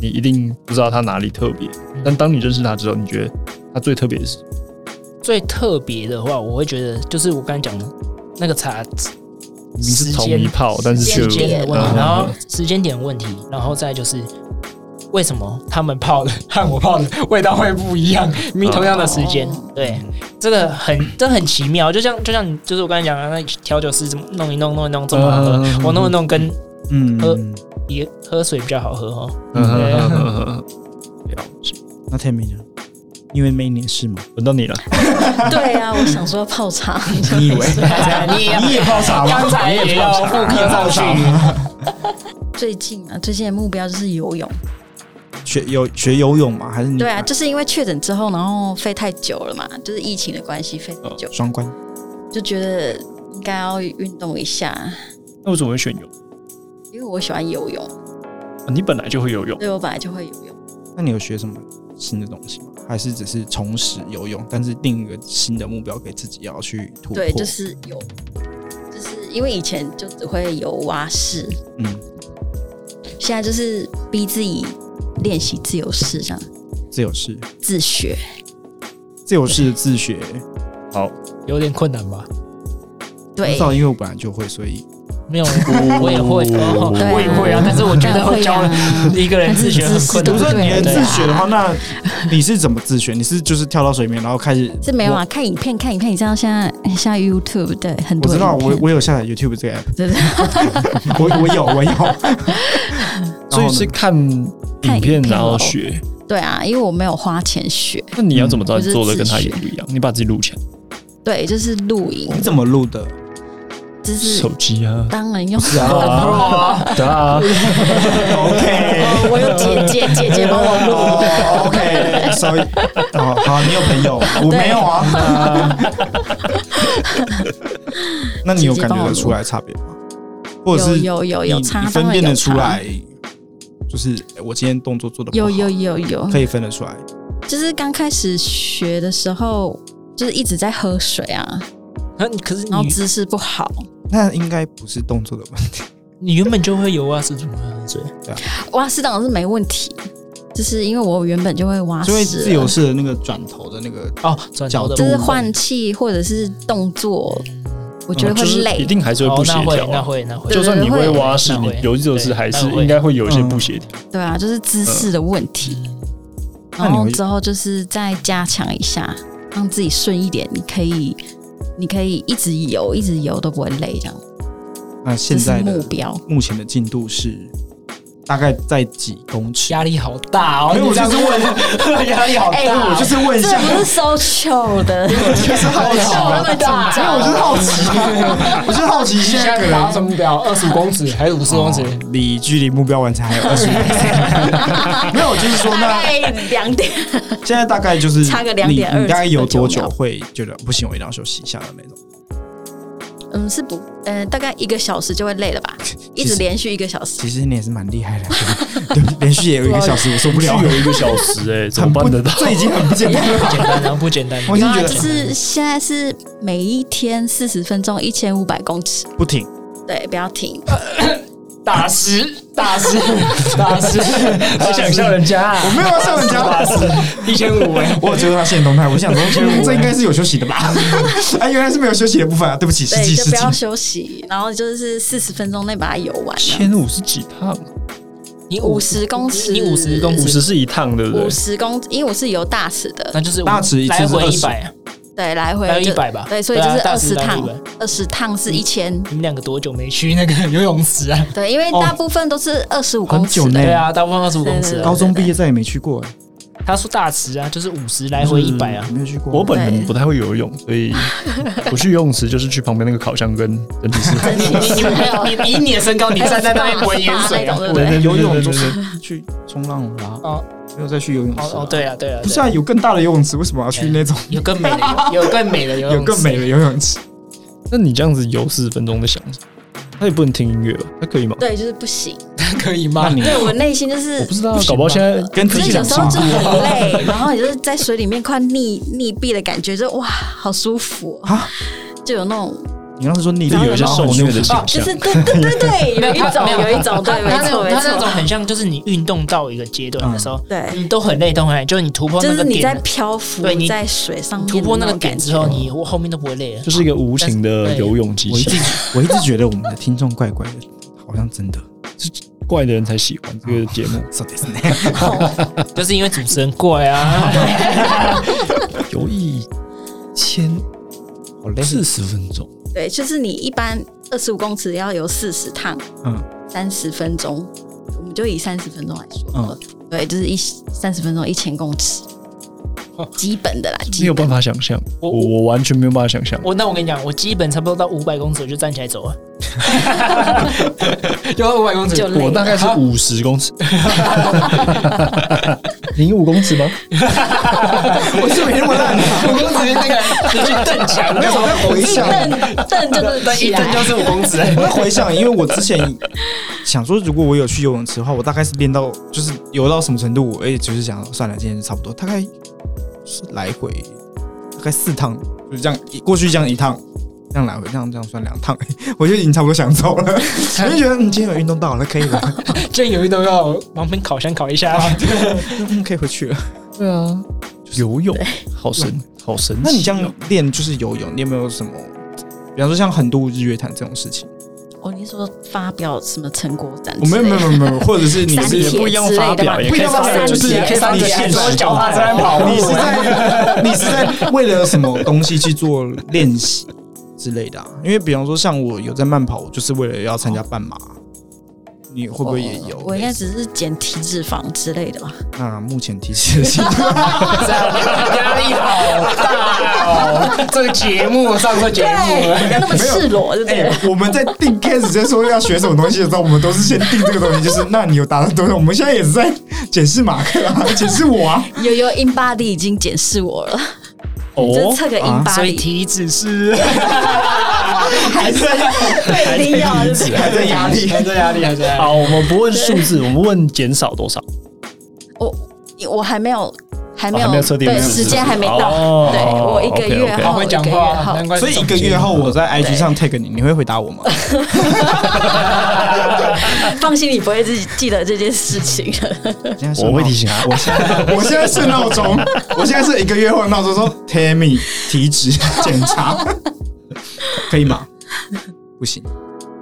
Speaker 3: 你一定不知道他哪里特别。
Speaker 2: 嗯
Speaker 3: 但当你认识他之后，你觉得他最特别的是
Speaker 2: 最特别的话，我会觉得就是我刚才讲的那个茶
Speaker 3: 明明是
Speaker 2: 时
Speaker 3: 同
Speaker 2: 间
Speaker 3: 一泡，但是却
Speaker 2: 时
Speaker 5: 时
Speaker 2: 间的
Speaker 5: 间
Speaker 2: 问题，
Speaker 3: 嗯
Speaker 2: 然后时间点问题，然后再就是为什么他们泡的和我泡的味道会不一样？明明同样的时间
Speaker 4: 哦，
Speaker 2: 对，这个很这很奇妙，就像就像你就是我刚才讲的，那调酒师怎么弄一弄弄一弄这么好喝，
Speaker 3: 嗯
Speaker 2: 我弄一弄跟呃
Speaker 1: 嗯，
Speaker 2: 也喝水比较好喝哦。
Speaker 3: 嗯哼嗯哼嗯哼嗯哼 了解，
Speaker 1: 那 t a m 呢？因为每年是 吗？
Speaker 3: 轮到你了。
Speaker 4: 对啊，我想说泡茶，
Speaker 1: 你以为
Speaker 2: 你也
Speaker 1: 你也泡茶吗？
Speaker 2: 刚才也要复刻 上去，
Speaker 4: 最近啊，最近的目标就是游泳。
Speaker 1: 学游学游泳吗？还是你
Speaker 4: 对啊，就是因为确诊之后，然后废太久了嘛，就是疫情的关系废太久，
Speaker 1: 双关？
Speaker 4: 就觉得应该要运动一下，
Speaker 3: 那为什么会选游？
Speaker 4: 因为我喜欢游泳，
Speaker 3: 啊你本来就会游泳
Speaker 4: 所以我本来就会游泳。
Speaker 1: 那你有学什么新的东西吗？还是只是重拾游泳，但是定一个新的目标给自己要去突破？
Speaker 4: 对，就是游，就是因为以前就只会游蛙式，
Speaker 1: 嗯，
Speaker 4: 现在就是逼自己练习自由式，这样
Speaker 1: 自由式，
Speaker 4: 自学。
Speaker 1: 自由式的自学。
Speaker 2: 有点困难吧？
Speaker 1: 不
Speaker 4: 对
Speaker 1: 知，道，因为我本来就会，所以
Speaker 2: 没有，我也会，哦
Speaker 4: 对啊
Speaker 2: 我也会啊，但是我觉得
Speaker 4: 当然
Speaker 2: 我
Speaker 4: 会
Speaker 2: 教
Speaker 4: 啊
Speaker 2: 一个人自学很困难。
Speaker 4: 不
Speaker 1: 不
Speaker 4: 是
Speaker 1: 是
Speaker 4: 对
Speaker 1: 你
Speaker 4: 对
Speaker 1: 能
Speaker 4: 对啊
Speaker 1: 自学的话，那你是怎么自学？你是就是跳到水里面，然后开始
Speaker 4: 是没有啊，看影片，看影片，你知道现在现在 YouTube 对很
Speaker 1: 我
Speaker 4: 多
Speaker 1: 知道，
Speaker 4: 影片，
Speaker 1: 我我有下载 YouTube 这个 app，
Speaker 4: 对对
Speaker 1: 我 我有我有，
Speaker 2: 哦
Speaker 3: 所以是看
Speaker 4: 看
Speaker 3: 影
Speaker 4: 影
Speaker 3: 片
Speaker 4: 片
Speaker 3: 然后
Speaker 4: 哦
Speaker 3: 学。
Speaker 4: 对啊，因为我没有花钱学，
Speaker 3: 那你要怎么知道
Speaker 4: 嗯
Speaker 3: 你做的跟他一不一样？你把自己录起来，
Speaker 4: 对，就是录影
Speaker 1: 你，怎么录的？
Speaker 4: 就是
Speaker 3: 手机啊，
Speaker 4: 当然 用。
Speaker 3: 啊，对啊，
Speaker 4: 哦，我有姐姐，姐姐帮我录。
Speaker 1: 哦，OK，所以哦，好，你有朋友， 我没有啊。 那你有感觉得出来差别吗？或者
Speaker 4: 有
Speaker 1: 是
Speaker 4: 有有
Speaker 1: 你
Speaker 4: 有
Speaker 1: 你
Speaker 4: 差，
Speaker 1: 分
Speaker 4: 当然
Speaker 1: 辨
Speaker 4: 有
Speaker 1: 得出
Speaker 4: 差
Speaker 1: 来，就是诶我今天动作做的
Speaker 4: 有有 有有，
Speaker 1: 可以分得出来。
Speaker 4: 就是刚开始学的时候，就是一直在喝水啊，
Speaker 1: 嗯
Speaker 2: 啊可是
Speaker 4: 然后
Speaker 2: 你
Speaker 4: 姿势不好，
Speaker 1: 那应该不是动作的问题，
Speaker 2: 你原本就会游啊，是怎么喝水？
Speaker 4: 蛙式当然是没问题，就是因为我原本就会蛙式
Speaker 1: 所
Speaker 4: 了，
Speaker 1: 以自由式的那个转头的那个，
Speaker 2: 哦，转头的
Speaker 1: 角
Speaker 4: 就
Speaker 1: 度
Speaker 4: 是换气或者是动作，我觉得
Speaker 1: 嗯
Speaker 3: 就
Speaker 4: 会
Speaker 3: 是
Speaker 4: 累
Speaker 3: 一。定还是会
Speaker 2: 哦
Speaker 3: 不，协
Speaker 2: 那会
Speaker 3: 调
Speaker 2: 那
Speaker 3: 啊。
Speaker 2: 会那会，
Speaker 3: 就算你会蛙式，
Speaker 2: 对
Speaker 3: 你
Speaker 2: 对
Speaker 3: 游自由式
Speaker 2: 对
Speaker 3: 还是
Speaker 2: 那会
Speaker 3: 应该会有一些不协调。
Speaker 4: 对啊，就是姿势的问题。
Speaker 1: 嗯那
Speaker 4: 然
Speaker 1: 你
Speaker 4: 后
Speaker 1: 会
Speaker 4: 之后就是再加强一下，让自己顺一点，你可以，你可以一直游，一直游都不会累，这样。
Speaker 1: 那
Speaker 4: 这
Speaker 1: 现
Speaker 4: 是
Speaker 1: 在
Speaker 4: 目
Speaker 1: 的
Speaker 4: 标。
Speaker 1: 目前的进度是大概在几公尺？
Speaker 2: 压力好大哦！
Speaker 1: 没有，我
Speaker 2: 你这
Speaker 1: 就
Speaker 2: 样
Speaker 1: 是
Speaker 2: 子
Speaker 1: 问，压力好
Speaker 4: 大哎
Speaker 1: 我就是问一
Speaker 4: 这
Speaker 1: 下，
Speaker 4: 不是 social 的，
Speaker 1: 就是好奇
Speaker 4: 那
Speaker 1: 啊，没有，我
Speaker 4: 么紧
Speaker 1: 就是
Speaker 4: 张。
Speaker 1: 好奇，我就是好奇现在可能
Speaker 2: 什么表？二十公尺还是五十公尺？
Speaker 1: 离距离目标完成还有二十 秒，没有，就是说
Speaker 4: 大
Speaker 1: 那
Speaker 4: 概哎两点，
Speaker 1: 现在大概就是
Speaker 4: 差个
Speaker 1: 你
Speaker 4: 2.2
Speaker 1: 你大概有多
Speaker 4: 29
Speaker 1: 久
Speaker 4: 秒
Speaker 1: 会觉得不行，我一定要休息一下的那种？
Speaker 4: 嗯，是不，呃，大概一个小时就会累了吧？一直连续一个小时，
Speaker 1: 其实你也是蛮厉害的，对，连续也有一个小时，我受不
Speaker 3: 是
Speaker 1: 了，
Speaker 3: 有一个小时哎，怎
Speaker 1: 很
Speaker 3: 么
Speaker 1: 不
Speaker 3: 办得到？
Speaker 1: 这已经很不简单了。
Speaker 2: 不简单啊，不简单。
Speaker 1: 我已经觉
Speaker 4: 啊，
Speaker 1: 得
Speaker 4: 就是现在是每一天四十分钟，一千五百公尺，
Speaker 1: 不停，
Speaker 4: 对，不要停。
Speaker 2: 打十，打 十，打十，
Speaker 3: 只想笑人家啊，
Speaker 1: 我没有要笑人家，
Speaker 2: 一千五哎！
Speaker 1: 我有追踪他现动态，我想 说，嗯这应该是有休息的吧？ 啊，原来是没有休息的部分啊，对不起，失
Speaker 4: 对，
Speaker 1: 敬
Speaker 4: 就
Speaker 1: 失
Speaker 4: 不要
Speaker 1: 敬。
Speaker 4: 休息，然后就是四十分钟内把它游完。
Speaker 3: 千五是几趟？
Speaker 2: 你
Speaker 4: 五十公尺，
Speaker 2: 你50公
Speaker 3: 五
Speaker 2: 尺
Speaker 3: 十是一趟，对不对
Speaker 4: 五？十公，因为我是游大尺的，
Speaker 2: 那就是
Speaker 1: 大池一次是
Speaker 2: 来回一
Speaker 1: 20
Speaker 2: 百，啊
Speaker 4: 对，来回
Speaker 2: 来回
Speaker 4: 就
Speaker 2: 一百吧。
Speaker 4: 对，所以就
Speaker 2: 啊
Speaker 4: 是
Speaker 2: 大
Speaker 4: 二
Speaker 2: 池
Speaker 4: 十
Speaker 2: 来回
Speaker 4: 趟
Speaker 2: 100，
Speaker 4: 二十趟是一千，
Speaker 2: 你们两个多久没去那个游泳池啊？
Speaker 4: 对，因为
Speaker 2: 哦
Speaker 4: 大部分都是二十五公尺
Speaker 1: 久
Speaker 4: 的
Speaker 1: 呢，
Speaker 2: 对啊，大部分二十五公尺啊。
Speaker 1: 高中毕业再也没去过，哎
Speaker 2: 他说大池啊，就是五十来回一百啊
Speaker 1: 你。没有去过？
Speaker 3: 我本人不太会游泳，所以我去游泳池就是去旁边那个烤箱跟蒸汽室。
Speaker 2: 你你你你以你的身高，你站在那边不会淹水啊？
Speaker 4: 那种，对
Speaker 1: 我
Speaker 4: 不对？
Speaker 1: 的游泳就是 去冲浪啦，
Speaker 2: 哦
Speaker 1: 没有再去游泳池
Speaker 2: 哦
Speaker 1: 了
Speaker 2: 哦，，对啊对啊，
Speaker 1: 不是啊，有更大的游泳池，为什么要去那种
Speaker 2: 有更美的，有更美的游泳池，
Speaker 1: 有更美的游泳池？
Speaker 3: 那你这样子游四十分钟在想什么？他也不能听音乐吧？他可以吗？
Speaker 4: 对，就是不行，
Speaker 2: 可以吗
Speaker 3: 那？你
Speaker 4: 对我内心就是
Speaker 3: 我不知道啊
Speaker 2: 不，行
Speaker 3: 搞不好现在
Speaker 1: 跟
Speaker 4: 可
Speaker 1: 自己
Speaker 4: 是有
Speaker 1: 讲
Speaker 4: 时候
Speaker 1: 话
Speaker 4: 就，很累， 然后你就是在水里面快溺溺毙的感觉，就哇，好舒服、哦
Speaker 1: 啊，
Speaker 4: 就有那种，
Speaker 1: 你刚才说你
Speaker 3: 就有一些受虐的倾
Speaker 4: 就
Speaker 3: 向
Speaker 4: 是。对对对对，
Speaker 2: 没
Speaker 4: 有
Speaker 2: 有
Speaker 4: 一
Speaker 2: 他
Speaker 4: 种
Speaker 2: 没有
Speaker 4: 有一种，
Speaker 2: 他
Speaker 4: 对，
Speaker 2: 他
Speaker 4: 没
Speaker 2: 那
Speaker 4: 错
Speaker 2: 种
Speaker 4: 没
Speaker 2: 他那种
Speaker 4: 错，
Speaker 2: 很像，就是你运动到一个阶段的时候，
Speaker 4: 对，
Speaker 2: 你都很累，都很累，就是你突破
Speaker 4: 就
Speaker 2: 那
Speaker 4: 是
Speaker 2: 个
Speaker 4: 你在
Speaker 2: 点，
Speaker 4: 漂浮
Speaker 2: 对你
Speaker 4: 在水上面的
Speaker 2: 突破那个
Speaker 4: 种
Speaker 2: 点
Speaker 4: 感
Speaker 2: 之后，
Speaker 4: 觉
Speaker 2: 你后面都不会累了。
Speaker 3: 就是一个无情的游泳机
Speaker 1: 我一
Speaker 3: 器
Speaker 1: 直，我一直觉得我们的听众怪怪的，好像真的。
Speaker 3: 怪的人才喜欢这个节 目。
Speaker 1: So this
Speaker 2: 就是因为主持人怪啊，
Speaker 3: 游一千
Speaker 1: 好累，
Speaker 3: 四十分钟，
Speaker 4: 对，就是你一般二十五公尺要游四十趟，
Speaker 1: 嗯
Speaker 4: 三十分钟，我们就以三十分钟来说，
Speaker 1: 嗯
Speaker 4: 对，就是一三十分钟一千公尺，
Speaker 1: 哦
Speaker 4: 基本的啦，
Speaker 3: 没
Speaker 4: 基
Speaker 3: 有
Speaker 4: 本
Speaker 3: 办法想象，
Speaker 2: 我
Speaker 3: 我我完全没有办法想象。
Speaker 2: 我那我跟你讲，我基本差不多到五百公尺我就站起来走了，就到五百公尺
Speaker 4: 就累
Speaker 3: 我大概是五十公尺，零五公尺吗？
Speaker 1: 我是没那么烂，
Speaker 2: 五公尺那个你去蹬墙，
Speaker 1: 没有我在回想，
Speaker 4: 凳凳就是起来，
Speaker 2: 就是五公尺。
Speaker 1: 我在回想，因为我 之前想说，如果我有去游泳池的话，我大概是练到就是游到什么程度，我也就是想算了，今天就差不多，大概是来回大概四趟，就是这样一过去这样一趟。这样来回，这样这样算两 趟，我就已经差不多想走了。我就觉得，嗯，今天有运动到了，可以了，
Speaker 2: 这有一都要旁边烤箱烤一下，
Speaker 1: 嗯，可以回去了。
Speaker 3: 对啊，游泳，好神，好神奇哦。
Speaker 1: 那你这样练就是游泳，你有没有什么，比方说像横渡日月潭这种事情？
Speaker 4: 哦，你是说发表什么成果展
Speaker 1: 我
Speaker 4: 之
Speaker 1: 哦没
Speaker 4: 类
Speaker 1: 有
Speaker 4: 的？
Speaker 1: 没有没有没有，或者是你
Speaker 4: 三
Speaker 1: 是
Speaker 4: 铁
Speaker 3: 不一样发表
Speaker 4: 之
Speaker 3: 也
Speaker 4: 类的吗
Speaker 1: 不
Speaker 3: 可
Speaker 1: 一
Speaker 3: 以
Speaker 1: 样
Speaker 3: 发
Speaker 1: 发
Speaker 3: 表
Speaker 1: 表，就是
Speaker 4: 也可以
Speaker 2: 上
Speaker 1: 你
Speaker 2: 去
Speaker 1: 现
Speaker 2: 坐
Speaker 1: 实
Speaker 2: 脚踏车在跑步
Speaker 1: 你是在你是在为了什么东西去做练习之类的、啊？因为比方说像我有在慢跑，我就是为了要参加半马。你会不会也有？
Speaker 4: 哦我我应该只是减体脂肪之类的吧。
Speaker 1: 那目前提示的是
Speaker 2: 压力好大哦！这个节目上这节目，
Speaker 4: 不要那么赤裸，对不对了？
Speaker 1: 我们在定 case 在说要学什么东西的时候，我们都是先定这个东西，就是那你有达到多少？我们现在也是在检视马克啊，检视我啊。
Speaker 4: 有有 in body 已经检视我了，就
Speaker 3: 哦，
Speaker 4: 测个 in
Speaker 1: 啊
Speaker 4: body，
Speaker 2: 体脂是
Speaker 1: 还在
Speaker 4: 对，一定要对不对
Speaker 1: 还在压力，
Speaker 2: 还在压力，还在压力。
Speaker 3: 啊好，我们不问数字，我们问减少多少，
Speaker 4: 我我还没有，还没
Speaker 3: 哦还没有测定
Speaker 4: 对，
Speaker 3: 是不是
Speaker 4: 时间还没到。
Speaker 3: 哦
Speaker 4: 对我一个
Speaker 3: OK，OK
Speaker 4: 月
Speaker 2: 好
Speaker 4: 后，
Speaker 2: 会讲
Speaker 4: 一个月
Speaker 2: 话，
Speaker 4: 后
Speaker 2: 难怪是
Speaker 1: 所以一
Speaker 2: 总
Speaker 1: 个
Speaker 2: 监
Speaker 1: 月后我在 IG
Speaker 4: 对
Speaker 1: 上 tag 你，你会回答我吗？
Speaker 4: 放心，你不会自己记得这件事情的。
Speaker 3: 我会提醒他。
Speaker 1: 我 现在我现在是闹 钟，我现在是一个月后的闹钟说 Tammy 体 脂检查，可以吗？不行，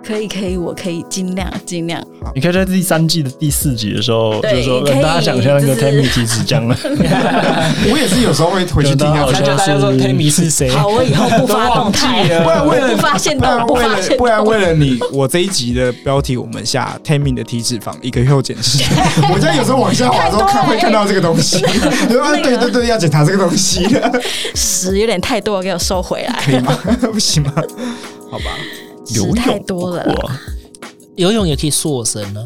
Speaker 4: 可以，可以，我可以尽量尽量。
Speaker 3: 你可以在第三季的第四集的时候，就
Speaker 4: 对
Speaker 3: 是说
Speaker 4: 可以
Speaker 3: 跟大家讲一下那个
Speaker 4: 就是
Speaker 3: Tammy 体脂 降了，
Speaker 1: 我也是有时候会回去听
Speaker 3: 有
Speaker 1: 啊
Speaker 3: 道，理
Speaker 2: 他就大家说 Tammy 是谁？
Speaker 4: 好，我以后不发
Speaker 2: 哎都
Speaker 4: 动
Speaker 2: 忘记
Speaker 4: 态，
Speaker 1: 不然为了
Speaker 4: 不发现
Speaker 1: 不
Speaker 4: 动，
Speaker 1: 然
Speaker 4: 不
Speaker 1: 为
Speaker 4: 发现
Speaker 1: 了
Speaker 4: 动
Speaker 1: 不。然为了你，我这一集的标题我们下 Tammy 的体脂肪一个月后检 视。我现在有时候往下滑之后看会看到这个东 西，我说啊对对对，要检查这个东 西了，
Speaker 4: 屎有点太多，给我收回来。
Speaker 1: 可以吗？不行吗？好吧，
Speaker 4: 屎太多了啦。
Speaker 3: 哇，
Speaker 2: 游泳也可以塑身呢，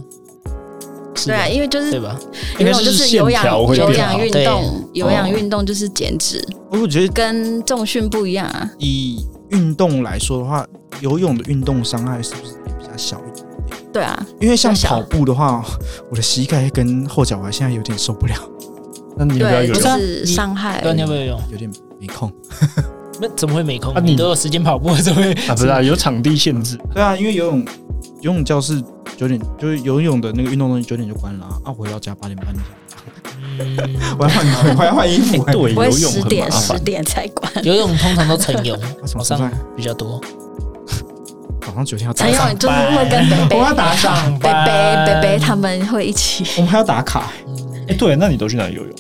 Speaker 2: 是
Speaker 4: 对啊，因为就
Speaker 2: 对
Speaker 4: 是
Speaker 2: 吧？
Speaker 4: 游
Speaker 3: 应该
Speaker 4: 泳就有
Speaker 3: 是线条
Speaker 4: 氧
Speaker 3: 会
Speaker 4: 有
Speaker 3: 变
Speaker 4: 氧
Speaker 3: 好
Speaker 4: 运
Speaker 2: 对
Speaker 4: 动，有
Speaker 3: 哦
Speaker 4: 氧运动就是减脂，
Speaker 1: 我觉得
Speaker 4: 跟重训不一样啊。
Speaker 1: 以运动来说的话，游泳的运动伤害是不是也比较小一点？
Speaker 4: 对啊，
Speaker 1: 因为像
Speaker 4: 比较小
Speaker 1: 跑步的话，我的膝盖跟后脚踝现在有点受不了，
Speaker 3: 那你要不要
Speaker 4: 对，
Speaker 3: 游
Speaker 4: 就
Speaker 2: 不
Speaker 3: 泳？
Speaker 2: 啊
Speaker 4: 是
Speaker 2: 你
Speaker 4: 伤害
Speaker 2: 不。然你要不要游泳？
Speaker 1: 有点没空。
Speaker 2: 那怎么会没空
Speaker 3: 啊？你
Speaker 2: 你都有时间跑步，怎么会？
Speaker 3: 啊，不是啊，有场地限制，
Speaker 1: 对啊，因为游泳游泳教室九点就是游泳的那个运动中心九点就关了啊，啊回到家八点半，
Speaker 2: 嗯
Speaker 1: 我要换我要换衣服、
Speaker 3: 哎对，
Speaker 4: 不会
Speaker 3: 游泳
Speaker 4: 十
Speaker 3: 很麻
Speaker 4: 点十
Speaker 3: 烦。
Speaker 4: 点才关，
Speaker 2: 游泳通常都晨泳，
Speaker 1: 哎什
Speaker 2: 早
Speaker 1: 么时候
Speaker 2: 上
Speaker 1: 上
Speaker 2: 比较多。
Speaker 1: 早上九点要打
Speaker 4: 陈
Speaker 1: 卡
Speaker 4: 勇，就是会跟北北
Speaker 1: 我要打卡，
Speaker 4: 北北北北他们会一起。
Speaker 1: 我们还要打卡，
Speaker 3: 哎，对，那你都去哪里游泳？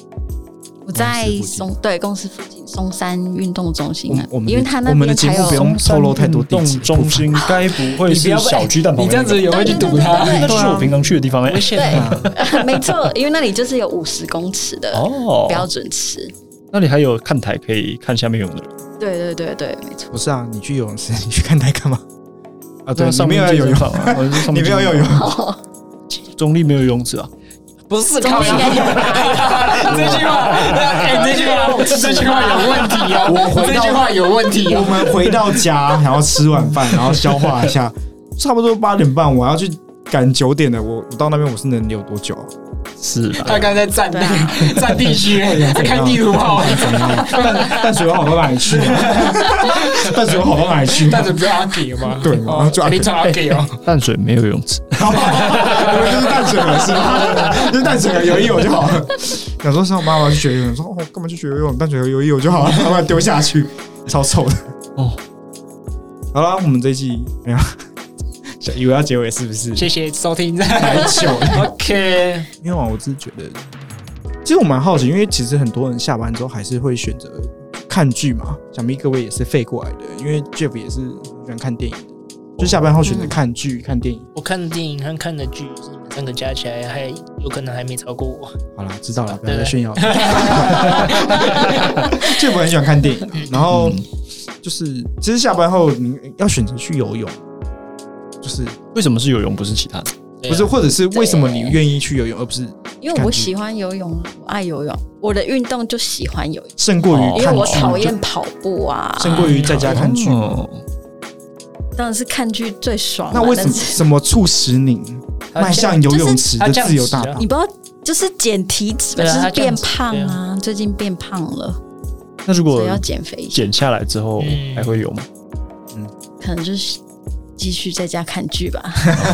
Speaker 4: 我在
Speaker 1: 公司附近
Speaker 4: 松对公司附近松山运动中心
Speaker 1: 我
Speaker 4: 啊
Speaker 1: 们我，们的
Speaker 4: 因为他那
Speaker 1: 我们的
Speaker 4: 边
Speaker 1: 节目
Speaker 4: 才
Speaker 1: 不用
Speaker 4: 有。
Speaker 1: 透露太多地址
Speaker 3: 运动中心该不会是
Speaker 1: 哎
Speaker 3: 小巨蛋旁边？啊
Speaker 2: 你这样子，也会去堵他，
Speaker 3: 那就是我平常去的地方哎
Speaker 2: 危。险
Speaker 4: 对
Speaker 2: 吧？
Speaker 4: 没错，因为那里就是有五十公尺的
Speaker 3: 哦，
Speaker 4: 标准池。
Speaker 3: 那里还有看台可以看下面游泳的人。
Speaker 4: 对对对对，没错。
Speaker 1: 不是啊？你去游泳池，你去看台干嘛？啊，对，
Speaker 3: 那
Speaker 1: 你
Speaker 3: 上
Speaker 1: 没
Speaker 3: 面
Speaker 1: 有要
Speaker 3: 健
Speaker 1: 游泳，
Speaker 3: 身房啊，哦
Speaker 1: 你没有要游，
Speaker 3: 是上面健身
Speaker 1: 泳，
Speaker 3: 房中立没有游泳池啊。
Speaker 2: 不是，
Speaker 4: 中立应该有
Speaker 2: 这句话，哎，这句话，这句话有问题哦，
Speaker 1: 我回
Speaker 2: 这
Speaker 1: 到
Speaker 2: 句话有问题
Speaker 1: 我
Speaker 2: 哦。
Speaker 1: 们回到家，然后吃晚饭，然后消化一下，差不多八点半我要去赶九点的，我我到那边我是能留多久啊？
Speaker 3: 是啦，
Speaker 6: 他刚才在站
Speaker 4: 对啊
Speaker 6: 那站地区，他 看地图炮，
Speaker 2: 啊
Speaker 1: 淡淡水有好到哪里去 啊？淡水有好到哪里 去啊？
Speaker 6: 但是不要阿给吗？
Speaker 1: 对嘛
Speaker 6: 哦
Speaker 1: 就阿给
Speaker 6: 你找阿给哦，
Speaker 3: 淡水没有游泳池，
Speaker 1: 我们就是淡水河是吗？就是淡水河游一游就好了。想说是我妈妈去学游泳，说哦干嘛去学游泳？淡水河游一游就好 了，把它丢下去，超臭的。
Speaker 3: 哦，
Speaker 1: 好了，我们这一季没有， 想以为要结尾是不是？
Speaker 6: 谢谢收 听。
Speaker 1: 太久 了。
Speaker 6: OK，
Speaker 1: 因为啊我自己觉得，其实我蛮好奇，因为其实很多人下班之后还是会选择看剧嘛，想必各位也是废过来的，因为 Jeff 也是喜欢看电影的，就下班后选择看剧、看电影。
Speaker 2: 我看电影和看的剧，你们三个加起来还有可能还没超过我。
Speaker 1: 好啦，知道了，不要再
Speaker 2: 对对
Speaker 1: 炫 耀了。Jeff 很喜欢看电影啊，然后
Speaker 3: 嗯
Speaker 1: 就是其实下班后你要选择去游泳，就是
Speaker 3: 为什么是游泳不是其他的？
Speaker 2: 对啊
Speaker 1: 不是，或者是为什么你愿意去游泳，而不是
Speaker 4: 因为我喜欢游泳，我爱游泳，我的运动就喜欢游泳，
Speaker 1: 胜过
Speaker 3: 哦
Speaker 1: 于
Speaker 4: 因为
Speaker 1: 看
Speaker 4: 我
Speaker 1: 剧，
Speaker 4: 讨厌跑步啊。
Speaker 1: 胜过于在家看剧。
Speaker 3: 哦，
Speaker 4: 当然是看剧最爽啊。
Speaker 1: 那为什么
Speaker 4: 但是
Speaker 1: 什么促使你
Speaker 2: 他
Speaker 1: 迈向游泳池的自由大
Speaker 2: 就是他这样子啊
Speaker 1: 道
Speaker 4: 你？不要就是减体脂吧，
Speaker 2: 对啊
Speaker 4: 就是
Speaker 2: 他这
Speaker 4: 变
Speaker 2: 样子
Speaker 4: 胖啊，最近变胖了，
Speaker 3: 那如
Speaker 4: 所
Speaker 3: 果
Speaker 4: 以要减肥一下，
Speaker 3: 减下来之后
Speaker 2: 嗯
Speaker 3: 还会有吗？
Speaker 4: 可能就是继续在家看剧吧。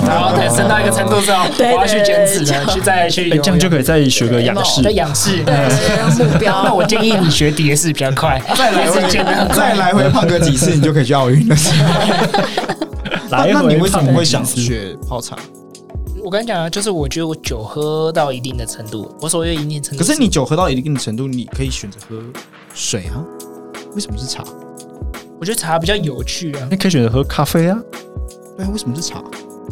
Speaker 2: 然后对升到一个程度之后，我
Speaker 4: 对
Speaker 2: 要去减脂
Speaker 4: 对
Speaker 2: 了，
Speaker 4: 对
Speaker 2: 去再去游
Speaker 3: 哎，
Speaker 2: 泳
Speaker 3: 这样就可以再学个仰视
Speaker 2: 对，哦仰视。
Speaker 4: 对，目标。
Speaker 2: 那我建议你学蝶式比较快， 再来会减得很
Speaker 1: 再
Speaker 2: 快。
Speaker 1: 来回胖个几次，你就可以去奥 运了。那
Speaker 3: 来
Speaker 1: 那
Speaker 3: 回
Speaker 1: 你为什么
Speaker 3: 胖
Speaker 1: 会想
Speaker 3: 几次
Speaker 1: 学泡茶？
Speaker 2: 我跟你讲啊，就是我觉得我酒喝到一定的程度，我所谓一定程度，
Speaker 1: 可是你酒喝到一定的程度，你可以选择喝水啊。为什么是茶？
Speaker 2: 我觉得茶比较有趣啊，
Speaker 3: 那可以选择喝咖啡啊，
Speaker 1: 对啊，为什么是茶？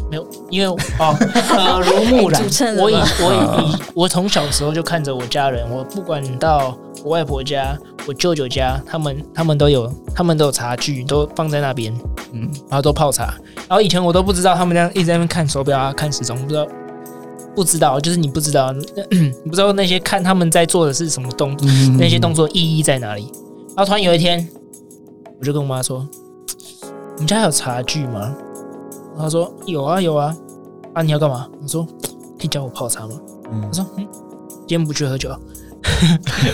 Speaker 2: 没有，因为哦， 耳濡目染
Speaker 4: 主持人，了
Speaker 2: 我以
Speaker 4: 吗
Speaker 2: 我以我从小时候就看着我家人，我不管到我外婆家、我舅舅家，他们他们都有，他们都有茶具，都放在那边，
Speaker 1: 嗯，
Speaker 2: 然后都泡茶。然后以前我都不知道他们那样一直在那边看手表啊、看时钟，不知道不知道，就是你不知道， 你不知道那些看他们在做的是什么动作，
Speaker 4: 嗯
Speaker 2: 那些动作意义在哪里。然后突然有一天，我就跟我妈说：“你们家有茶具吗？”她说：“有啊，有啊。”啊，你要干嘛？我说：“可以教我泡茶吗？”
Speaker 1: 嗯
Speaker 2: 她说：“嗯，今天不去喝酒啊。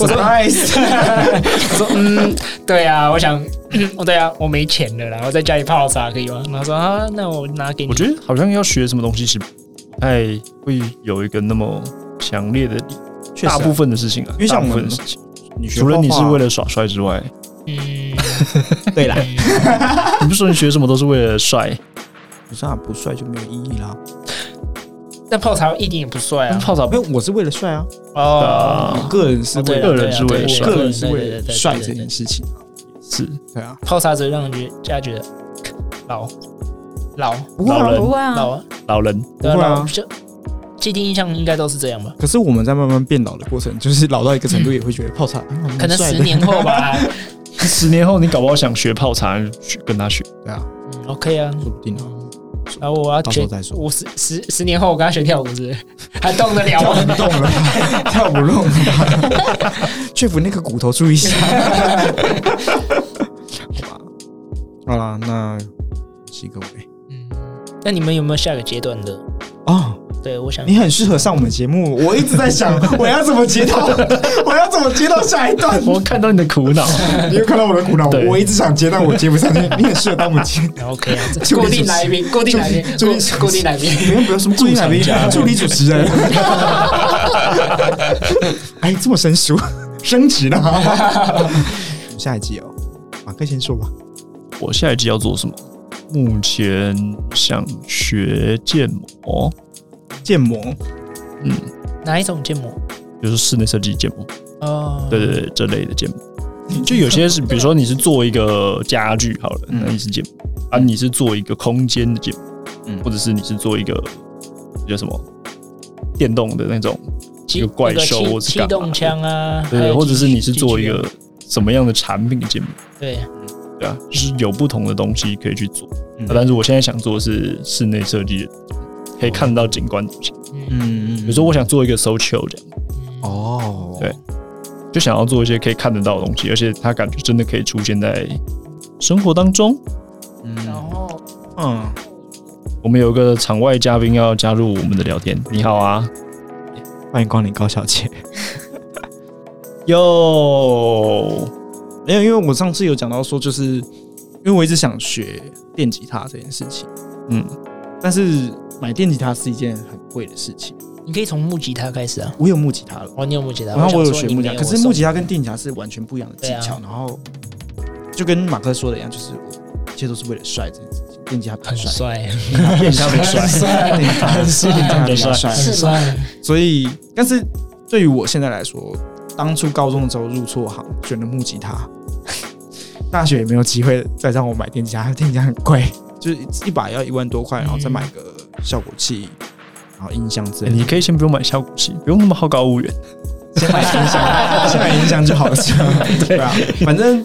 Speaker 1: 我说 nice，”
Speaker 2: 我说：“嗯，对啊，我想， 哦，对啊，我没钱了啦，我在家里泡茶可以吗？”然后她说：“啊，那我拿给你。”
Speaker 3: 我觉得好像要学什么东西是不太会有一个那么强烈的理，
Speaker 1: 确
Speaker 3: 大
Speaker 1: 实
Speaker 3: 部
Speaker 1: 啊，
Speaker 3: 分的事情啊，
Speaker 1: 因为像
Speaker 3: 大部
Speaker 1: 我
Speaker 3: 分
Speaker 1: 们
Speaker 3: 的事情，
Speaker 1: 你学
Speaker 3: 除了你
Speaker 1: 画啊
Speaker 3: 是
Speaker 1: 画
Speaker 3: 为了耍帅 之外，
Speaker 2: 嗯，
Speaker 1: 对啦，
Speaker 3: 你不是说你学什么都是为了帅，
Speaker 1: 不是啊，不帅就没有意义啦。
Speaker 2: 但泡茶一点也不帅
Speaker 3: 但
Speaker 2: 啊
Speaker 3: 是。泡澡
Speaker 1: 没有，我是为了帅啊，
Speaker 2: 哦，
Speaker 1: 我个人是为
Speaker 2: 对
Speaker 1: 了
Speaker 2: 啊
Speaker 3: 个人是为了帅
Speaker 2: 对啊对啊
Speaker 1: 个人是
Speaker 2: 对
Speaker 1: 为
Speaker 2: 对对
Speaker 1: 了
Speaker 2: 对对
Speaker 1: 帅
Speaker 2: 对
Speaker 1: 这件事情啊。
Speaker 3: 是
Speaker 1: 对啊，
Speaker 2: 泡茶只会让人觉得大家觉得老老
Speaker 1: 不过
Speaker 3: 老人
Speaker 1: 啊，
Speaker 4: 不会啊，
Speaker 2: 老啊，
Speaker 3: 老人，
Speaker 2: 对啊，
Speaker 1: 不会啊
Speaker 2: 老就既定印象应该都是这样吧？
Speaker 1: 可是我们在慢慢变老的过程，就是老到一个程度，也会觉得泡茶嗯蛮
Speaker 2: 可能
Speaker 1: 帅的
Speaker 2: 十年 后吧。
Speaker 3: 十年后你搞不好想学泡茶，去跟他 学。
Speaker 1: 对啊，
Speaker 2: 嗯 OK 啊，
Speaker 1: 说不定啊。
Speaker 2: 然后我要
Speaker 1: 到时候
Speaker 2: 学
Speaker 1: 再，说
Speaker 2: 我十十十年后我跟他学跳舞是不是，还动得了
Speaker 1: 跳
Speaker 2: 吗？
Speaker 1: 不动了，跳不动了。Jeff 那个骨头注意一下。好吧， 好啦，那谢谢各位
Speaker 2: 嗯，那你们有没有下个阶段的？
Speaker 1: 哦，
Speaker 2: 对，我想
Speaker 1: 你很适合上我们节目，我一直在 想我要怎么接到，我要怎么接到下一段。
Speaker 3: 我看到你的苦恼，
Speaker 1: 你有看到我的苦恼，
Speaker 3: 对
Speaker 1: 我一直想接，但我接不上去。你很适合当我们接。
Speaker 2: OK 啊，
Speaker 1: 就
Speaker 2: 这固定来宾，固定来宾，
Speaker 1: 就
Speaker 2: 固
Speaker 1: 就
Speaker 2: 固定来宾。
Speaker 1: 没有，不要什么助理来宾
Speaker 3: 常加，入
Speaker 1: 助理主持人。 哎，这么生疏， 升职了。我们下一集哦，马克先说吧。
Speaker 3: 我下一季要做什么？目前想学建模，
Speaker 1: 建模，
Speaker 3: 嗯，
Speaker 2: 哪一种建模？
Speaker 3: 比如说室内设计建模，
Speaker 2: 哦，
Speaker 3: 对对对，这类的建模。就有些是，比如说你是做一个家具好了，
Speaker 1: 嗯
Speaker 3: 那你是建模啊，你是做一个空间的建模，
Speaker 1: 嗯
Speaker 3: 或者是你是做一个叫什么电动的那种，
Speaker 2: 气，
Speaker 3: 一个怪
Speaker 2: 那
Speaker 3: 兽
Speaker 2: 气
Speaker 3: 或是
Speaker 2: 气
Speaker 3: 干嘛
Speaker 2: 动枪啊，还
Speaker 3: 对，
Speaker 2: 有
Speaker 3: 或者是
Speaker 2: 机
Speaker 3: 你是做一
Speaker 2: 机
Speaker 3: 个
Speaker 2: 器
Speaker 3: 什么样的产品的建模，
Speaker 2: 人对。
Speaker 3: 对啊，就是有不同的东西可以去做。
Speaker 1: 嗯
Speaker 3: 啊但是我现在想做的是室内设计的，可以看到景观的东西。
Speaker 1: 嗯
Speaker 3: 比如说，我想做一个 social 这样，
Speaker 1: 哦，
Speaker 3: 对就想要做一些可以看得到的东西，而且它感觉真的可以出现在生活当中。
Speaker 1: 嗯
Speaker 2: 然后
Speaker 1: 嗯，
Speaker 3: 我们有一个场外嘉宾要加入我们的聊天。你好啊，
Speaker 1: 欢迎光临高小姐。
Speaker 3: 哟，
Speaker 1: 没有，因为我上次有讲到说，就是因为我一直想学电吉他这件事情，
Speaker 3: 嗯，
Speaker 1: 但是买电吉他是一件很贵的事情。
Speaker 2: 你可以从木吉他开始啊。
Speaker 1: 我有木吉他了，
Speaker 2: 哦，你有木吉他，
Speaker 1: 然后我有学木
Speaker 2: 木
Speaker 1: 吉他，可是木吉他跟电吉他是完全不一样的技巧。
Speaker 2: 对啊
Speaker 1: 然后就跟马克说的一样，就是我一切都是为了帅这件事情。电吉他比较
Speaker 2: 很
Speaker 1: 帅，
Speaker 2: 帅，
Speaker 1: 电吉他比较帅，电吉他很帅，电吉他比较帅。
Speaker 2: 很
Speaker 7: 是吗
Speaker 2: 帅，
Speaker 1: 所以，但是对于我现在来说，当初高中的时候入错行，选了木吉他，大学也没有机会再让我买电吉他，电吉他很贵，就是一把要一万多块，然后再买个效果器，然后音箱之类的，
Speaker 3: 哎你可以先不用买效果器，不用那么好高骛远。
Speaker 1: 先买 音箱，先买音箱就好了， 对啊，反正。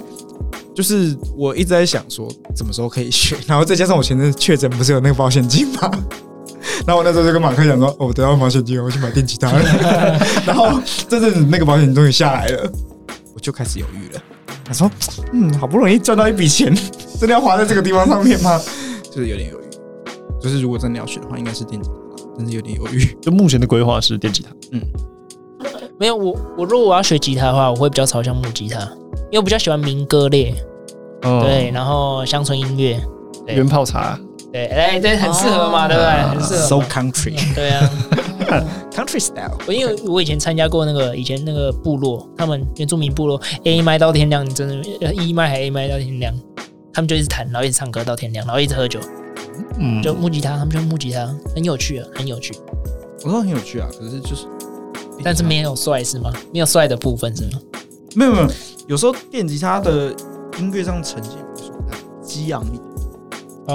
Speaker 1: 就是我一直在想说什么时候可以学，然后再加上我前阵子确诊不是有那个保险金吗？然后我那时候就跟马克讲说，哦，我得到保险金了，我去买电吉他了。 然后这阵子那个保险金终于下来了，我就开始犹豫了。他说，嗯，好不容易赚到一笔钱，真的要花在这个地方上面吗？ 就是有点犹豫。就是如果真的要学的话，应该是电吉他，但是有点犹豫。
Speaker 3: 就目前的规划是电吉他，
Speaker 2: 没有我，我如果我要学吉他的话，我会比较朝向木吉他，因为我比较喜欢民歌类，
Speaker 1: 哦
Speaker 3: 嗯，
Speaker 2: 对，，然后乡村音乐，对
Speaker 3: 原泡茶，
Speaker 2: 对，哎，对，很适合嘛，对不对？很适
Speaker 1: So
Speaker 2: 合嘛。
Speaker 1: country
Speaker 2: 嗯对啊，
Speaker 1: country style，
Speaker 2: 我因为我以前参加过那个以前那个部落，他们原住民部落 A 麦到天亮，你真的呃 E 麦还 A 麦到天亮，他们就一直弹，然后一直唱歌到天亮，然后一直喝酒，
Speaker 3: 嗯，
Speaker 2: 就木吉他，他们就木吉他，很有趣啊，很有趣，
Speaker 1: 嗯我说很有趣啊，可是就是，
Speaker 2: 但是没有帅是吗？没有帅的部分是吗？
Speaker 1: 没有没有，有时候电吉他的音乐上呈现，比如说激昂一点，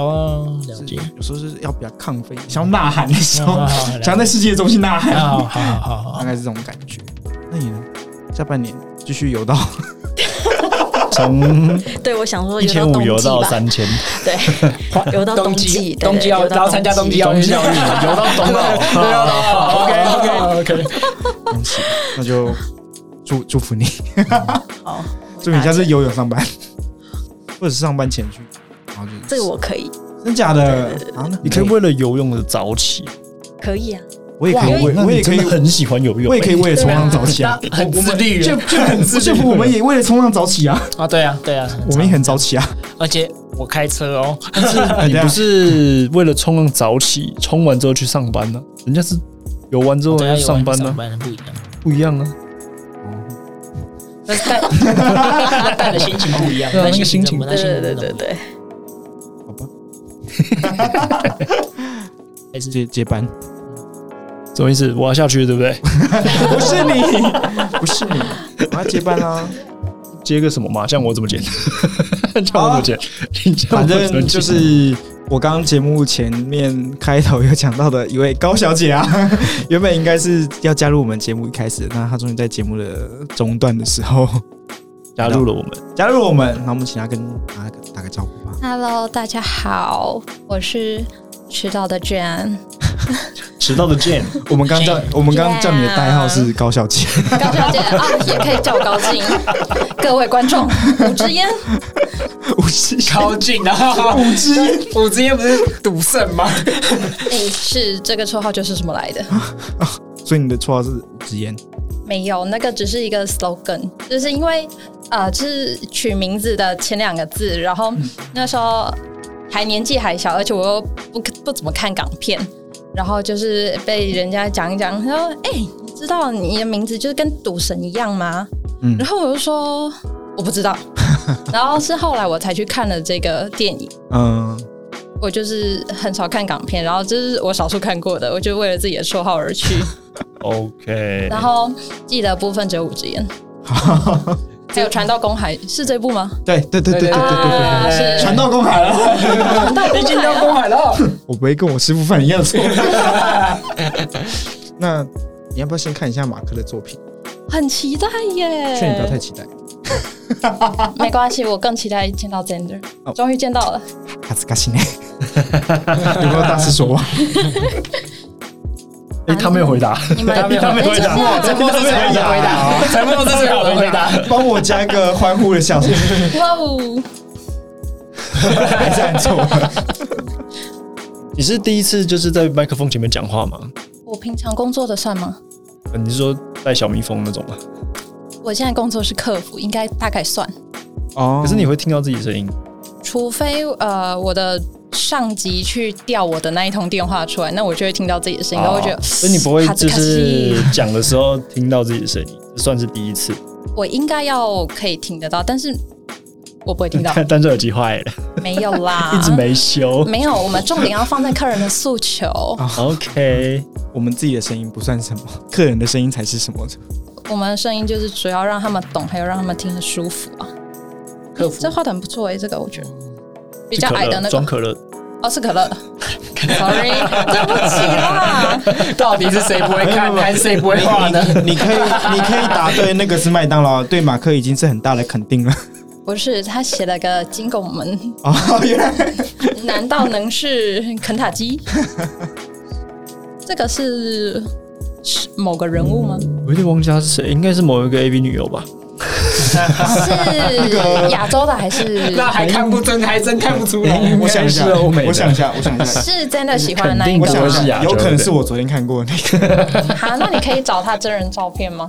Speaker 2: 哦，了
Speaker 1: 是
Speaker 2: 解。
Speaker 1: 有时候是要比较亢奋，想要呐喊的时候
Speaker 2: 好，好好
Speaker 1: 想要在世界中心呐喊，
Speaker 2: 好好好好
Speaker 1: 大概是这种感觉。那你呢？下半年继续游到
Speaker 3: 从
Speaker 8: 对，我想说
Speaker 3: 一千五游到
Speaker 8: 吧，
Speaker 3: 三千，
Speaker 8: 游到冬季，对
Speaker 2: 冬季奥，然后参加冬季奥运，游到冬奥，对啊，OK OK OK，
Speaker 1: 恭喜，那就祝祝福你，
Speaker 8: 好，
Speaker 1: 祝你下次游泳上班，或者是上班前去，然后就是
Speaker 8: 这个我可以，
Speaker 1: 真假的啊？那
Speaker 3: 你可以为了游泳的早起，
Speaker 8: 可以啊，
Speaker 1: 我也可以为，
Speaker 3: 那
Speaker 1: 我
Speaker 3: 你
Speaker 1: 也可
Speaker 3: 真
Speaker 1: 以
Speaker 3: 的，很喜欢游泳，
Speaker 1: 我也可以为了冲浪早起啊，
Speaker 2: 很自律
Speaker 1: 就就很自就我们也为了冲浪早起啊，
Speaker 2: 啊，对啊对啊，
Speaker 1: 我们也很早起啊，
Speaker 2: 而且我开车哦，
Speaker 3: 欸。你不是为了冲浪早起，冲完之后去上班呢、人家是哦啊游完之后要上班呢、
Speaker 2: 上班不一样，
Speaker 3: 不一样啊。
Speaker 2: 但是带带的心情不一样，
Speaker 8: 对对对对对，
Speaker 1: 好吧，
Speaker 2: 还是
Speaker 1: 接接班，
Speaker 3: 什么意思？我要下去了，对不对？
Speaker 1: 不是你， 不是你，我要接班 啊。
Speaker 3: 接个什么麻将，我怎 么接？叫我怎么接？你叫我
Speaker 1: 反
Speaker 3: 怎么
Speaker 1: 正
Speaker 3: 接
Speaker 1: 就是我刚刚节目前面开头有讲到的一位高小姐啊， 原本应该是要加入我们节目一开始，那她终于在节目的中段的时候
Speaker 3: 加入了我们。
Speaker 1: 加入我们，那我们请她跟大家打个招呼吧。
Speaker 4: Hello，大家好，我是迟到的 Jane，
Speaker 3: 迟到的 Jane，
Speaker 1: 我们刚叫我们刚叫你的代号是高小姐，
Speaker 4: 高小姐啊，也可以叫我高进。各位观众，吴之烟，
Speaker 1: 我是
Speaker 2: 靠近啊，
Speaker 1: 五之一，
Speaker 2: 我之前不是赌圣吗？
Speaker 4: 你是这个绰号就是什么来的？
Speaker 1: 所以你的绰号是五之烟。
Speaker 4: 没有，那个只是一个 slogan，就是因为呃，就是取名字的前两个字，然后那时候还年纪还小，而且我又不不怎么看港片，然后就是被人家讲一讲，他说：“哎、你知道你的名字就是跟赌神一样吗？”
Speaker 1: 嗯
Speaker 4: 然后我就说我不知道，然后是后来我才去看了这个电影。
Speaker 1: 嗯，
Speaker 4: 我就是很少看港片，然后这是我少数看过的，我就为了自己的绰号而 去。
Speaker 3: OK，
Speaker 4: 然后记得部分只有五支 烟，
Speaker 1: 好，
Speaker 4: 还有传到公海是这 部吗？
Speaker 1: 对对对对对对对
Speaker 4: 啊，
Speaker 1: 对，
Speaker 4: 是
Speaker 1: 传到公海了，
Speaker 4: 传到公海啊。
Speaker 2: 海了，
Speaker 1: 我不会跟我师傅犯一样 的错。那你要不要先看一下马克的作品？
Speaker 4: 很期待耶！啊
Speaker 1: 劝你不要太期待。
Speaker 4: 没关系，我更期待见到 Zander，
Speaker 1: 哦
Speaker 4: 终于见到了。
Speaker 1: 哈斯卡西内， 有没有大失所望？
Speaker 3: 哎、他没有回答，
Speaker 4: 你们
Speaker 3: 他没有回答
Speaker 4: 哎真的
Speaker 2: 是最好的回答，沉默是最好的回答。
Speaker 1: 帮我加一个欢呼的笑 声，
Speaker 4: 哇哦！
Speaker 1: 还是按错了。
Speaker 3: 你是第一次就是在麦克风前面讲话吗？
Speaker 9: 我平常工作的算吗？
Speaker 3: 呃你是说带小蜜蜂那种吗？
Speaker 9: 我现在工作是客服，应该大概算，
Speaker 1: 哦
Speaker 3: 可是你会听到自己的声音，
Speaker 9: 除非呃我的上级去调我的那一通电话出来，那我就会听到自己的声音，然后我觉得，
Speaker 3: 啊所以你不会
Speaker 9: 哈兹
Speaker 3: 就
Speaker 9: 卡西
Speaker 3: 是讲的时候听到自己的声音，这算是第一次。
Speaker 9: 我应该要可以听得到，但是我不会 听到，
Speaker 3: 但但是耳机坏了，
Speaker 9: 没有啦，
Speaker 3: 一直没 修。
Speaker 9: 没有，我们重点要放在客人的诉 求。
Speaker 3: 啊 OK，
Speaker 1: 我们自己的声音不算什么，客人的声音才是什么？
Speaker 9: 我们的声音就是主要让他们懂，还有让他们听得舒服啊。
Speaker 2: 客服
Speaker 9: 这画的很不错欸诶，这个我觉得
Speaker 3: 嗯
Speaker 9: 比
Speaker 3: 是
Speaker 9: 较
Speaker 3: 可
Speaker 9: 矮的
Speaker 3: 乐
Speaker 9: 那
Speaker 3: 装
Speaker 9: 个
Speaker 3: 可乐，
Speaker 9: 哦是可乐 ，sorry，对不起啦。
Speaker 6: 到底是谁不会看，还是谁不会画呢？
Speaker 1: 你你可以你可以答对那个是麦当劳，对马克已经是很大的肯定了。
Speaker 9: 不是，他写了个金拱门，
Speaker 1: 哦，原来
Speaker 9: 难道能是肯塔基？这个是是某个人物吗？
Speaker 3: 我有点忘记他是谁，应该是某一个 AV 女友吧？
Speaker 9: 是亚洲的还是？
Speaker 6: 那还看不真，还真看不出来。
Speaker 1: 哎我想一下
Speaker 3: 应该是欧美，的
Speaker 1: 我想一下，我想一 下，
Speaker 9: 是真的喜欢的那一
Speaker 3: 肯
Speaker 9: 个
Speaker 1: 我
Speaker 3: 定
Speaker 1: 想一
Speaker 3: 是
Speaker 1: 下，
Speaker 3: 亚洲
Speaker 1: 有
Speaker 3: 的
Speaker 1: 可能是我昨天看过的那个。
Speaker 9: 吗？好，那你可以找他真人照片吗？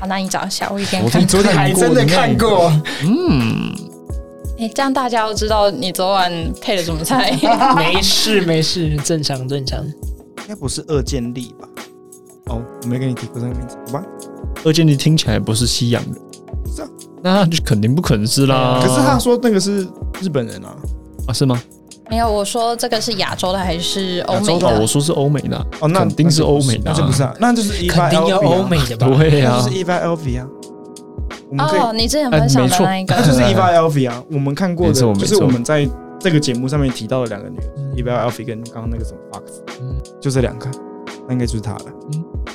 Speaker 9: 好，那你找一下，我一
Speaker 2: 哎
Speaker 9: 边看。
Speaker 1: 昨
Speaker 6: 还真的看过，
Speaker 9: 哎、这样大家都知道你昨晚配了什么菜。
Speaker 2: 没事没事，正常正常。
Speaker 1: 应该不是二建立吧？哦，我没跟你提过这个名字，好吧？
Speaker 3: 二建立听起来不是西洋人，
Speaker 1: 是啊
Speaker 3: 那就肯定不可能是啦。
Speaker 1: 可是他说那个是日本人啊。
Speaker 3: 啊，是吗？
Speaker 9: 没有，我说这个是亚洲的还是欧美
Speaker 3: 哦，我
Speaker 9: 的？
Speaker 3: 说是欧美的，
Speaker 1: 哦，那
Speaker 3: 肯定是欧美的
Speaker 1: 那
Speaker 3: 啊
Speaker 1: 就不是啊，那就是一
Speaker 2: 肯
Speaker 1: 般啊
Speaker 2: 定要欧美，的吧？
Speaker 3: 对
Speaker 1: 那
Speaker 3: 呀
Speaker 1: 就是，一般 LV 啊。我们可以
Speaker 9: 哦，你之前分享的那一个，
Speaker 3: 哎没
Speaker 1: 就
Speaker 3: 错
Speaker 1: 是 Eva Elvi 啊，我们看过的，
Speaker 3: 没错没
Speaker 1: 就
Speaker 3: 错
Speaker 1: 是我们在这个节目上面提到的两个女
Speaker 2: 嗯
Speaker 1: E 人，Eva Elvi 跟刚刚那个什么 Fox，、
Speaker 3: 嗯
Speaker 1: 就这两个，那应该就是她了。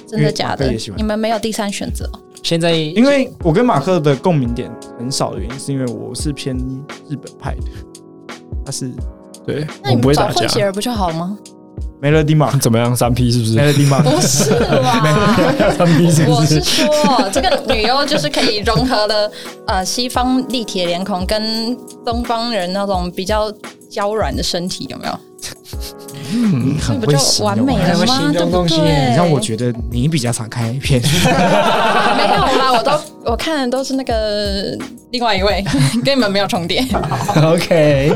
Speaker 9: 真的假
Speaker 1: 因为马
Speaker 9: 的
Speaker 1: 克也喜？欢
Speaker 9: 你们没有第三选择哦？
Speaker 2: 现在
Speaker 1: 因为我跟马克的共鸣点很少的原因，是因为我是偏日本派的，他是
Speaker 3: 对，
Speaker 9: 那
Speaker 3: 我
Speaker 9: 你
Speaker 3: 不会
Speaker 9: 们找
Speaker 3: 打
Speaker 9: 混血
Speaker 3: 架。
Speaker 9: 儿不就好吗？
Speaker 1: Melody 马
Speaker 3: 怎么样？三 P 是不是？
Speaker 1: ，Melody 马，
Speaker 9: 不是 啦，
Speaker 3: 哎三 P 是不
Speaker 9: 我
Speaker 3: 是
Speaker 9: 是？说这个女优就是可以融合了呃西方立体的脸孔跟东方人那种比较娇软的身体，有没有？
Speaker 1: 你
Speaker 9: 这
Speaker 1: 很
Speaker 9: 不
Speaker 1: 会
Speaker 9: 就
Speaker 1: 形
Speaker 9: 完
Speaker 1: 容
Speaker 9: 美
Speaker 1: 啊
Speaker 9: 了
Speaker 6: 很会
Speaker 9: 吗？
Speaker 6: 形
Speaker 9: 对
Speaker 6: 容
Speaker 9: 不
Speaker 6: 东西
Speaker 9: 对？
Speaker 1: 你让我觉得你比较常看 A 片，
Speaker 9: 没有啦，我都我看的都是那个另外一位，跟你们没有重叠，
Speaker 6: OK，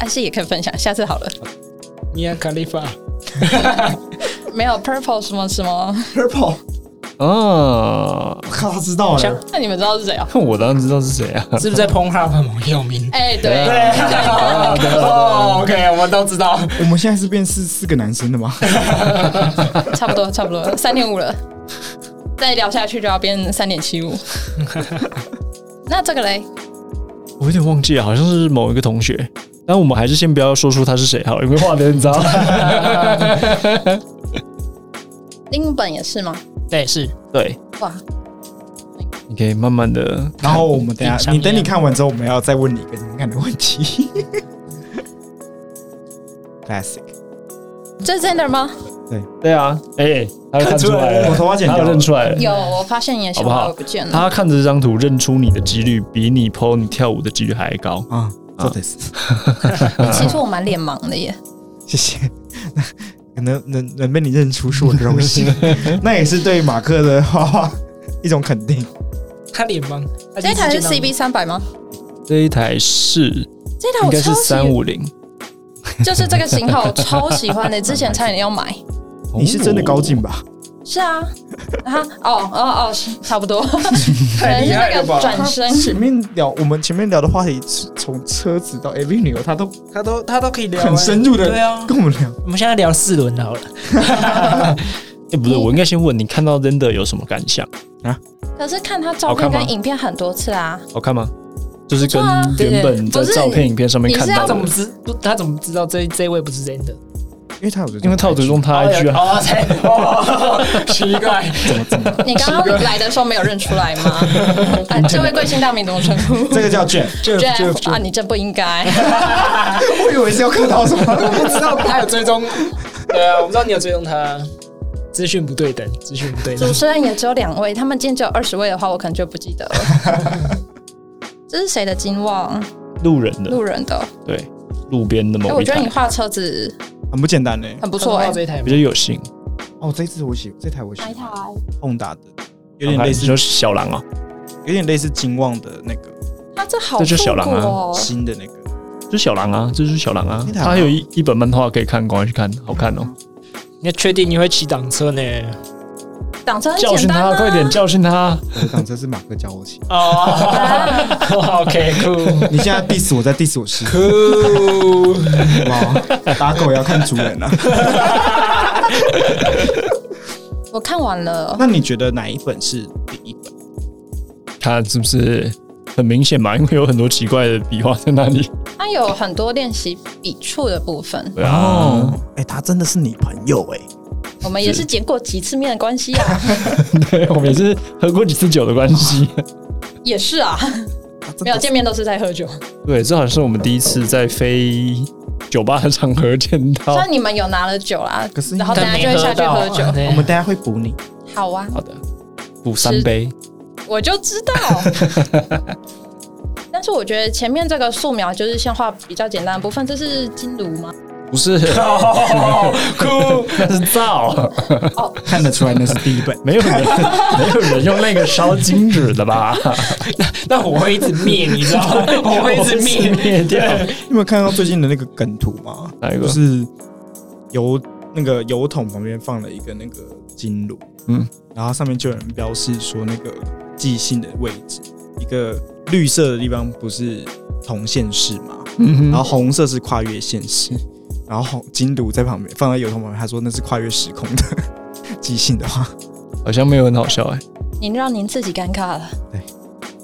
Speaker 9: 但是也可以分享，下次好了。
Speaker 6: 你看卡利法，
Speaker 9: 没有 purple 什么什么，
Speaker 3: 啊，
Speaker 1: 我靠，他知道了，
Speaker 9: 那你们知道是谁啊？
Speaker 3: 看我当然知道是谁啊。
Speaker 2: 是不是在 p o n h u b 很有名？
Speaker 9: 哎、对，
Speaker 6: 哦，OK，我们都知道。
Speaker 1: 我们现在是变四四个男生 的吗？
Speaker 9: 差不多差不多三点五了，再聊下去就要变三点 七五。那这个嘞，
Speaker 3: 我有点忘记了，啊好像是某一个同学。但我们还是先不要说出他是谁好了，因为画的你知道。
Speaker 9: 另一本也是吗？
Speaker 2: 对，是
Speaker 3: 对，
Speaker 9: 哇，
Speaker 3: 你可以慢慢的。
Speaker 1: 然后我们等一
Speaker 2: 看
Speaker 1: 下，你等你看完之后，我们要再问你一个你们看的问题。Classic，
Speaker 9: 这是 Zender 吗？
Speaker 3: 对啊，哎、他看出来了，
Speaker 1: 我头发剪
Speaker 3: 他
Speaker 1: 掉
Speaker 3: 认出来了。
Speaker 9: 有，我发现你的小
Speaker 3: 好不好
Speaker 9: 花不见了。
Speaker 3: 他看着这张图认出你的几率比你 PO 你跳舞的几率还高。
Speaker 1: 啊，做的是，
Speaker 9: 其实我蛮脸盲的耶，
Speaker 1: 谢谢。 能能能被你认出是我的荣 幸，那也是对马克的画画 一种肯定。
Speaker 2: 他脸盲。他第
Speaker 9: 这
Speaker 2: 一
Speaker 9: 一
Speaker 2: 次
Speaker 9: 台是
Speaker 2: 见到我
Speaker 9: CB 三百吗？
Speaker 3: 这一台是
Speaker 9: 这一台
Speaker 3: 应
Speaker 9: 我
Speaker 3: 该是
Speaker 9: 超
Speaker 3: 三
Speaker 9: 喜，
Speaker 3: 五零，
Speaker 9: 就是这个型 号我超喜欢的，之前差点要买。
Speaker 1: 哦你是真的高进吧？
Speaker 9: 是啊，啊，哦哦哦，是差不多，可能是那个转身。
Speaker 1: 前面聊我们前面聊的话题，从车子到 AV 女优，他都
Speaker 6: 他都他都可以聊
Speaker 1: 很深入的
Speaker 6: 对啊，
Speaker 1: 跟我们聊。
Speaker 2: 哎我们现在聊四轮好了，
Speaker 3: 哎、不
Speaker 9: 嗯
Speaker 3: 对，我应该先问你看到 Render 有什么感想？
Speaker 9: 可是看他照
Speaker 3: 好看
Speaker 9: 片
Speaker 3: 吗
Speaker 9: 跟影片很多次啊啦，
Speaker 3: 好看吗？就是跟
Speaker 9: 不错啊
Speaker 3: 原本在
Speaker 9: 对对不是
Speaker 3: 照片、影片上面
Speaker 9: 你
Speaker 3: 看
Speaker 9: 是要
Speaker 2: 他
Speaker 3: 到的
Speaker 2: 怎么，知不？他怎么知道这这位不是 Zender？
Speaker 1: 因为他有这种
Speaker 3: 因为他有追踪他
Speaker 2: 哦
Speaker 3: IG 啊，
Speaker 2: 哦，才 哦，奇怪，
Speaker 9: 你刚刚来的时候没有认 出来吗？啊，这位贵姓大名怎么称呼
Speaker 1: 这个叫卷，
Speaker 9: ？Jeff 啊，你真不 应该。
Speaker 1: 我以为是要客套什么。
Speaker 2: 不知道他有追踪。对啊，我不知道你有追踪他。资讯不对等，资讯不对等
Speaker 9: 主。持人也只有两位，他们今天只有二十位的话，我可能就不记得了。 这是谁的金旺？
Speaker 3: 路人的，
Speaker 9: 路人的。
Speaker 3: 对，路边的
Speaker 9: 哎，
Speaker 3: 某
Speaker 9: 我
Speaker 3: 一
Speaker 9: 觉得
Speaker 3: 台
Speaker 9: 你。画车子
Speaker 1: 很不简单嘞、
Speaker 9: 很不错哎、
Speaker 2: 看到这一台吗
Speaker 3: 比较有型。
Speaker 1: 哦，这一次我喜，这台我喜
Speaker 5: 哪一
Speaker 1: 欢
Speaker 5: 台？
Speaker 1: 宏达的，有点类似
Speaker 3: 你，说小狼啊，
Speaker 1: 有点类似金旺的那个
Speaker 9: 它这好
Speaker 3: 这就
Speaker 9: 复
Speaker 3: 小
Speaker 9: 古
Speaker 3: 狼啊
Speaker 9: 哦，
Speaker 1: 新的那个。
Speaker 3: 就是小狼啊，这就是小狼啊
Speaker 1: 那。台好
Speaker 3: 它还有一一本漫画可以看，赶快去看，好看哦。
Speaker 2: 你要确定你会骑挡车呢？
Speaker 9: 挡车很
Speaker 3: 教训
Speaker 9: 简单、
Speaker 3: 他，
Speaker 9: 啊，
Speaker 3: 快点教训他！
Speaker 1: 我的挡车是马克教我骑，
Speaker 2: 哦 ，OK，酷
Speaker 1: 你现在 diss 我，在 diss 我师 傅，
Speaker 2: 酷，
Speaker 1: 好不好？打狗也要看主 人啊。
Speaker 9: 我看完了，
Speaker 1: 那你觉得哪一本是第一本？
Speaker 3: 看是不是很明显嘛？因为有很多奇怪的笔画在那里。
Speaker 9: 它有很多练习笔触的部分，
Speaker 3: 对啊，，
Speaker 1: 哎、他真的是你朋友哎、
Speaker 9: 我们也是见过几次面的关系 啊，
Speaker 3: 对我们也是喝过几次酒的关系。
Speaker 9: 也是啊，
Speaker 1: 他真的
Speaker 9: 没有见面都是在喝酒。
Speaker 3: 对，这好像是我们第一次在非酒吧的场合见
Speaker 9: 虽
Speaker 3: 到。
Speaker 9: 然你们有拿了酒啦，
Speaker 1: 可是
Speaker 9: 然后等
Speaker 2: 但
Speaker 9: 下
Speaker 2: 没
Speaker 9: 就会下去
Speaker 2: 到啊
Speaker 9: 喝酒。
Speaker 2: 对
Speaker 1: 我们等一下会补你。
Speaker 9: 好啊，
Speaker 3: 好的，补三杯。
Speaker 9: 我就知 道。但是我觉得前面这个素描就是像画比较简单的部分，这是金炉吗？
Speaker 3: 不是，
Speaker 2: 哦酷，
Speaker 3: 那是皂，。
Speaker 1: 看得出来那是第一本
Speaker 3: 没有人，没有人用那个烧金纸的吧？
Speaker 2: 那我会一直灭，你知道吗？ 我会一直灭
Speaker 3: 灭掉
Speaker 1: 你有没有看到最近的那个梗图吗？
Speaker 3: 哪一
Speaker 1: 就
Speaker 3: 个？
Speaker 1: 是油那个油桶旁边放了一个那个金炉，
Speaker 3: 嗯，
Speaker 1: 然后上面就有人标示说那个寄信的位置，一个绿色的地方不是同县市嘛，
Speaker 3: 嗯
Speaker 1: 然后
Speaker 3: 哼，
Speaker 1: 红色是跨越县市， 然后红金炉在旁边放在油桶旁边，他说那是跨越时空的 寄信的话，
Speaker 3: 好像没有很好笑哎、
Speaker 9: 您让您自己尴尬了。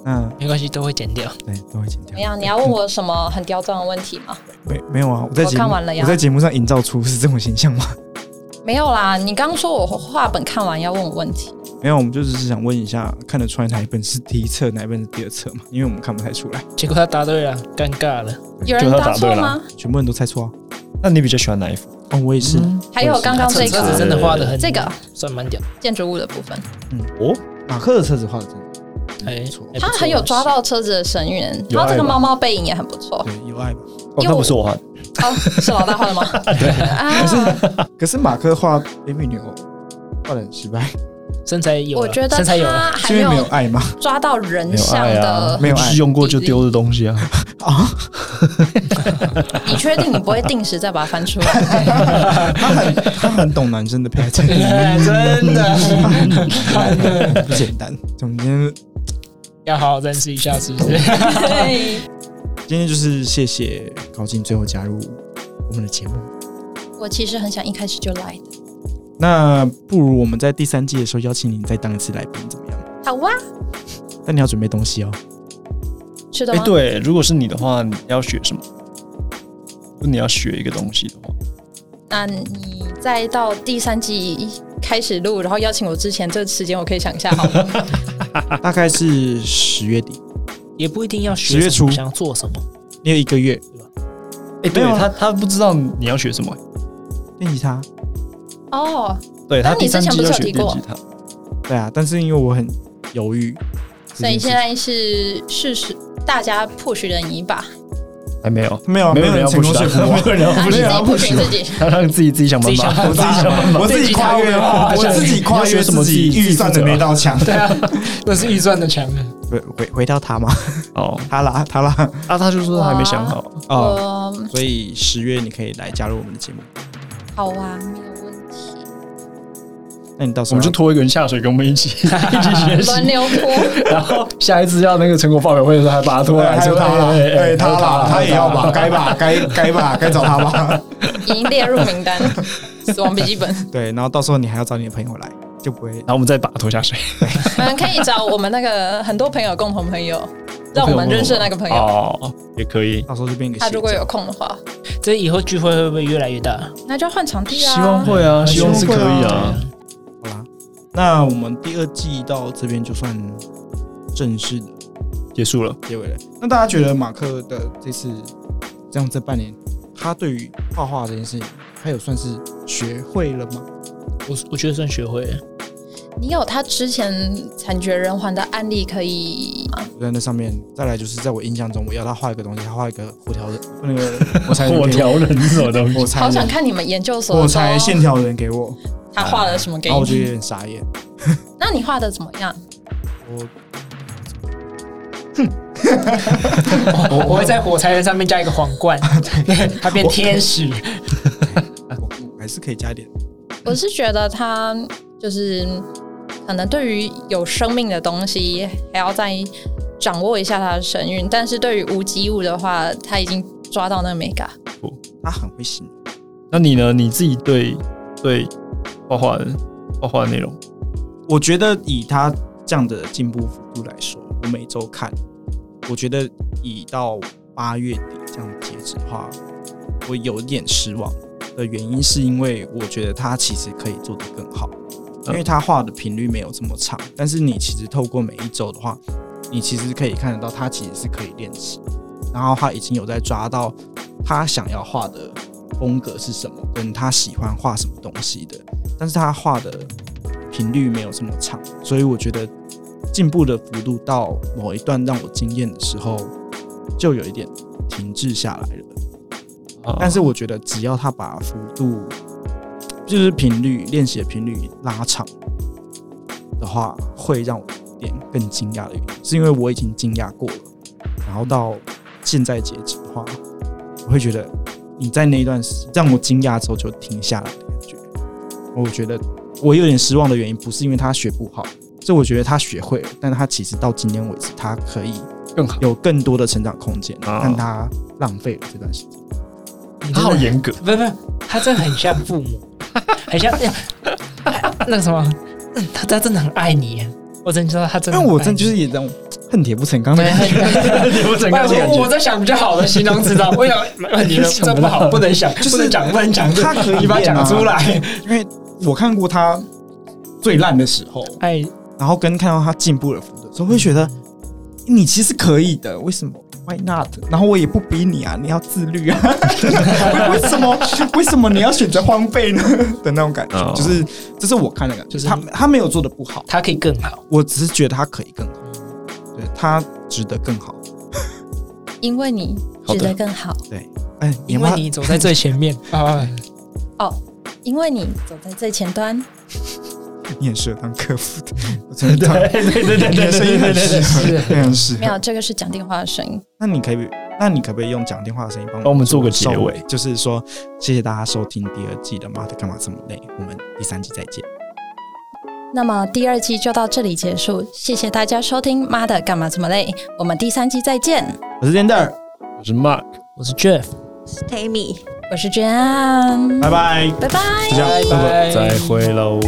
Speaker 1: 那
Speaker 2: 没关系，都会剪掉。
Speaker 1: 嗯对都会剪掉
Speaker 9: 怎么。样？你要问我什么很刁钻的问题吗？
Speaker 1: 没没有啊，我在
Speaker 9: 我
Speaker 1: 节
Speaker 9: 看
Speaker 1: 目
Speaker 9: 完了呀
Speaker 1: 我在节目上营造出是这种形象吗？
Speaker 9: 没有啦，你刚说我画本看完要问我问题，
Speaker 1: 没有，我们就只是想问一下，看得出来哪一本是第一册，哪一本是第二册嘛？因为我们看不太出来，
Speaker 2: 结果他答对了，尴尬了。
Speaker 9: 有人
Speaker 3: 就他
Speaker 9: 答
Speaker 3: 答对
Speaker 9: 错
Speaker 3: 了
Speaker 9: 吗？
Speaker 1: 全部人都猜错啊。
Speaker 3: 那你比较喜欢哪一幅？
Speaker 1: 哦，我也是，
Speaker 9: 还有刚刚这
Speaker 2: 车子
Speaker 9: 个
Speaker 2: 真的画的很
Speaker 9: 这个
Speaker 2: 算蛮屌，
Speaker 9: 建筑物的部分，
Speaker 1: 哦，马克的车子画的真的
Speaker 2: 哎
Speaker 1: 不错，
Speaker 2: 哎
Speaker 9: 他很有抓。到车子的神韵，
Speaker 3: 有啊
Speaker 9: 然后这
Speaker 3: 爱
Speaker 9: 个
Speaker 3: 吧
Speaker 9: 猫猫背影也很不 错。
Speaker 1: 对，有爱吧。
Speaker 3: 哦，那不是我画的，
Speaker 9: 哦，是老大画的吗？对啊，
Speaker 1: 可是马克画 baby 牛画的很失败，
Speaker 2: 不错身材 有了，
Speaker 9: 我觉得
Speaker 2: 身材有啊了，
Speaker 9: 他还
Speaker 1: 是因为没有
Speaker 9: 有
Speaker 1: 爱吗？
Speaker 9: 抓到人
Speaker 3: 没有
Speaker 9: 像
Speaker 3: 爱
Speaker 9: 的
Speaker 3: 啊，
Speaker 1: 没有爱
Speaker 3: 就是用过就丢的东西啊。
Speaker 1: 哦
Speaker 9: 你确定你不会定时再把它翻出来？
Speaker 1: 他很他很懂男生的配置，
Speaker 2: 哎真的
Speaker 1: 不 简单。总之，
Speaker 2: 要好好认识一下，是不是？
Speaker 9: 对，
Speaker 1: 今天就是谢谢高进最后加入我们的节目。
Speaker 9: 我其实很想一开始就来的。
Speaker 1: 那不如我们在第三季的时候邀请你再当一次来宾怎么样？
Speaker 9: 好啊哇，
Speaker 1: 但你要准备东西哦。
Speaker 9: 吃的
Speaker 3: 哎、
Speaker 9: 吗？
Speaker 3: 对，如果是你的话，你要学什么？如果你要学一个东西的话，
Speaker 9: 那你再到第三季开始录，然后邀请我之前，这个时间我可以想一下好吗？
Speaker 1: 大概是十月底，
Speaker 2: 也不一定要学
Speaker 1: 十月
Speaker 2: 什么
Speaker 1: 初
Speaker 2: 想做什么，
Speaker 1: 你有一个月
Speaker 3: 哎、对
Speaker 1: 没有啊
Speaker 3: 他他不知道你要学什么、
Speaker 1: 练吉他。
Speaker 9: 哦，
Speaker 3: 对他
Speaker 9: 那你
Speaker 3: 第三
Speaker 9: 之前
Speaker 3: 季
Speaker 9: 不是
Speaker 3: 要
Speaker 9: 有
Speaker 3: 学
Speaker 9: 提
Speaker 3: 电
Speaker 9: 过
Speaker 3: 吉他，
Speaker 1: 对啊，但是因为我很犹豫，
Speaker 9: 所以
Speaker 1: 这件事
Speaker 9: 现在是事实，大家 push 的你一把，
Speaker 3: 还没有，
Speaker 1: 没有
Speaker 3: 哦没有
Speaker 1: 人
Speaker 3: 人要
Speaker 1: 成功
Speaker 3: 不
Speaker 1: 说
Speaker 3: 学
Speaker 1: 服
Speaker 3: 他
Speaker 1: 我，没有人
Speaker 9: 啊，
Speaker 1: 要
Speaker 9: 你自己
Speaker 1: 要
Speaker 9: push 自己。
Speaker 3: 他让自己 自己想
Speaker 2: 自
Speaker 3: 办
Speaker 2: 己想
Speaker 3: 法，
Speaker 2: 办法
Speaker 3: 办
Speaker 1: 我
Speaker 3: 法。
Speaker 1: 自己跨越，我自己跨越什么自己预算的那道墙。
Speaker 2: 对啊，那是预算的强啊。
Speaker 1: 回回回到他嘛，
Speaker 3: 哦，
Speaker 1: 他啦他啦
Speaker 3: 啊，他就说他还没想好，
Speaker 1: 哦，
Speaker 9: 我
Speaker 1: 所以十月你可以来加入我们的节目，
Speaker 9: 好啊，没有问题，
Speaker 1: 那你到时
Speaker 3: 我
Speaker 1: 候
Speaker 3: 们就拖一个人下水，跟我们一起 一起学
Speaker 9: 轮
Speaker 3: 习。
Speaker 9: 流播。
Speaker 3: 然后下一次要那个成果发表会的时候，还把他拖
Speaker 1: 对，
Speaker 3: 来，
Speaker 1: 还有
Speaker 3: 说
Speaker 1: 他啦，
Speaker 3: 哎哎哎
Speaker 1: 对他啦，他也要吧，
Speaker 3: 他
Speaker 1: 该吧，该该吧，该找他吧。
Speaker 9: 已经列入名单，死亡笔记本。
Speaker 1: 对，然后到时候你还要找你的朋友来，就不会
Speaker 9: 嗯
Speaker 3: 然后我们再把他拖下水。
Speaker 9: 我们可以找我们那个很多朋友共同朋友，让我们认识的那个朋友。
Speaker 3: 哦，也可以。
Speaker 1: 到时候就变一个
Speaker 9: 他
Speaker 1: 邪
Speaker 9: 如果
Speaker 1: 教。
Speaker 9: 有空的话，
Speaker 2: 这以后聚会会不会越来越大？
Speaker 9: 那就换场地啊。
Speaker 3: 希望会啊，希望是可以
Speaker 1: 对
Speaker 3: 啊。
Speaker 1: 好啦，那我们第二季到这边就算正式的
Speaker 3: 结束 了，
Speaker 1: 结尾了。那大家觉得马克的这次这样这半年，他对于画画这件事情，他有算是学会了吗？
Speaker 2: 我我觉得算学会了。
Speaker 9: 你有他之前惨绝人寰的案例可以吗？啊
Speaker 1: 有在那上面。再来就是在我印象中，我要他画一个东西，他画一个火条人，那个火柴人
Speaker 3: 火
Speaker 1: 给我，
Speaker 3: 条人是什么东
Speaker 1: 火
Speaker 3: 西？
Speaker 1: 柴
Speaker 9: 好想
Speaker 1: 人，
Speaker 9: 看你们研究所
Speaker 1: 火
Speaker 9: 的时候
Speaker 1: 柴线条人给我，
Speaker 9: 他画了什么给
Speaker 3: 啊
Speaker 1: 然后我就
Speaker 9: 你？
Speaker 1: 有点傻眼。
Speaker 9: 那你画的怎么样？
Speaker 1: 我
Speaker 2: 我我会在火柴人上面加一个皇冠，对， 他变天使。
Speaker 1: 我还是可以加点，
Speaker 9: 我是觉得他就是可能对于有生命的东西还要再掌握一下它的神韵，但是对于无机物的话，他已经抓到那个美感。
Speaker 1: 他很会形容。
Speaker 3: 那你呢？你自己对对画画的画画的内容，
Speaker 1: 我觉得以他这样的进步幅度来说，我每周看，我觉得以到八月底这样截止的话，我有点失望的原因是因为我觉得他其实可以做得更好，因为他画的频率没有这么长，但是你其实透过每一周的话，你其实可以看得到他其实是可以练习，然后他已经有在抓到他想要画的风格是什么，跟他喜欢画什么东西的，但是他画的频率没有这么长，所以我觉得进步的幅度到某一段让我惊艳的时候，就有一点停滞下来了。
Speaker 3: 啊
Speaker 1: 但是我觉得只要他把幅度，就是频率练习的频率拉长的话，会让我有点更惊讶的原因，是因为我已经惊讶过了，然后到现在截止的话，我会觉得你在那一段时让我惊讶之后就停下来的感觉。我觉得我有点失望的原因，不是因为他学不好，是我觉得他学会了，但他其实到今天为止，他可以
Speaker 3: 更好，
Speaker 1: 有更多的成长空间，
Speaker 3: 啊
Speaker 1: 但他浪费了这段时间。
Speaker 2: 你
Speaker 3: 他
Speaker 2: 真
Speaker 3: 好
Speaker 2: 的
Speaker 3: 严 格，
Speaker 2: 不不，他真的很像父母，很像哎那个什么，嗯他他真的很爱你，我真的知道他真的
Speaker 1: 因
Speaker 2: 很
Speaker 1: 为
Speaker 2: 爱你，
Speaker 1: 我真的就是也让恨铁不成钢的 感觉，
Speaker 3: 你不整个
Speaker 2: 我
Speaker 3: 感
Speaker 2: 我我
Speaker 3: 觉
Speaker 2: 在想比较好的形容词，知道？我想你们这不好，不能想，
Speaker 1: 是
Speaker 2: 不能讲，不能讲，
Speaker 1: 他可以
Speaker 2: 你把它
Speaker 1: 练啊
Speaker 2: 讲出来。
Speaker 1: 因为我看过他最烂的时候，
Speaker 2: 爱
Speaker 1: 然后跟看到他进步的幅度，所以会觉得你其实可以的，为什么？Why not？然后我也不逼你啊，你要自律啊， 为什么？为什么你要选择荒废呢？ 的那种感觉，
Speaker 3: 哦
Speaker 1: 就是这是我看的感觉，
Speaker 2: 就是
Speaker 1: 他他没有做的不好，
Speaker 2: 他可以更好，
Speaker 1: 我只是觉得他可以更好，对他值得更好。
Speaker 9: 因为你
Speaker 3: 好
Speaker 9: 觉
Speaker 3: 的
Speaker 9: 得更好，
Speaker 1: 哎，
Speaker 2: 因为
Speaker 1: 妈
Speaker 2: 你走在最 前面啊！
Speaker 9: 因为你走在最前端。
Speaker 1: 你很适合当客服 的，我真的当，对对对对你的声音 很适合，非常适
Speaker 9: 没
Speaker 1: 合。
Speaker 9: 有，这个是讲电话的声音。
Speaker 1: 那你可以，那你可不可以用讲电话的声音帮
Speaker 3: 帮我们做个结
Speaker 1: 收
Speaker 3: 尾？
Speaker 1: 就是说，谢谢大家收听第二季的《妈的干嘛这么累》，我们第三季再见。
Speaker 9: 那么第二季就到这里结束，谢谢大家收听。妈的，干嘛这么累？我们第三季再见。
Speaker 1: 我是 Zander，
Speaker 3: 我是 Mark，
Speaker 2: 我是 Jeff，
Speaker 4: ，Tammy。
Speaker 9: 我是 j a n
Speaker 1: 拜拜，
Speaker 9: 拜拜。
Speaker 1: 就这样，拜拜。
Speaker 3: 再会喽。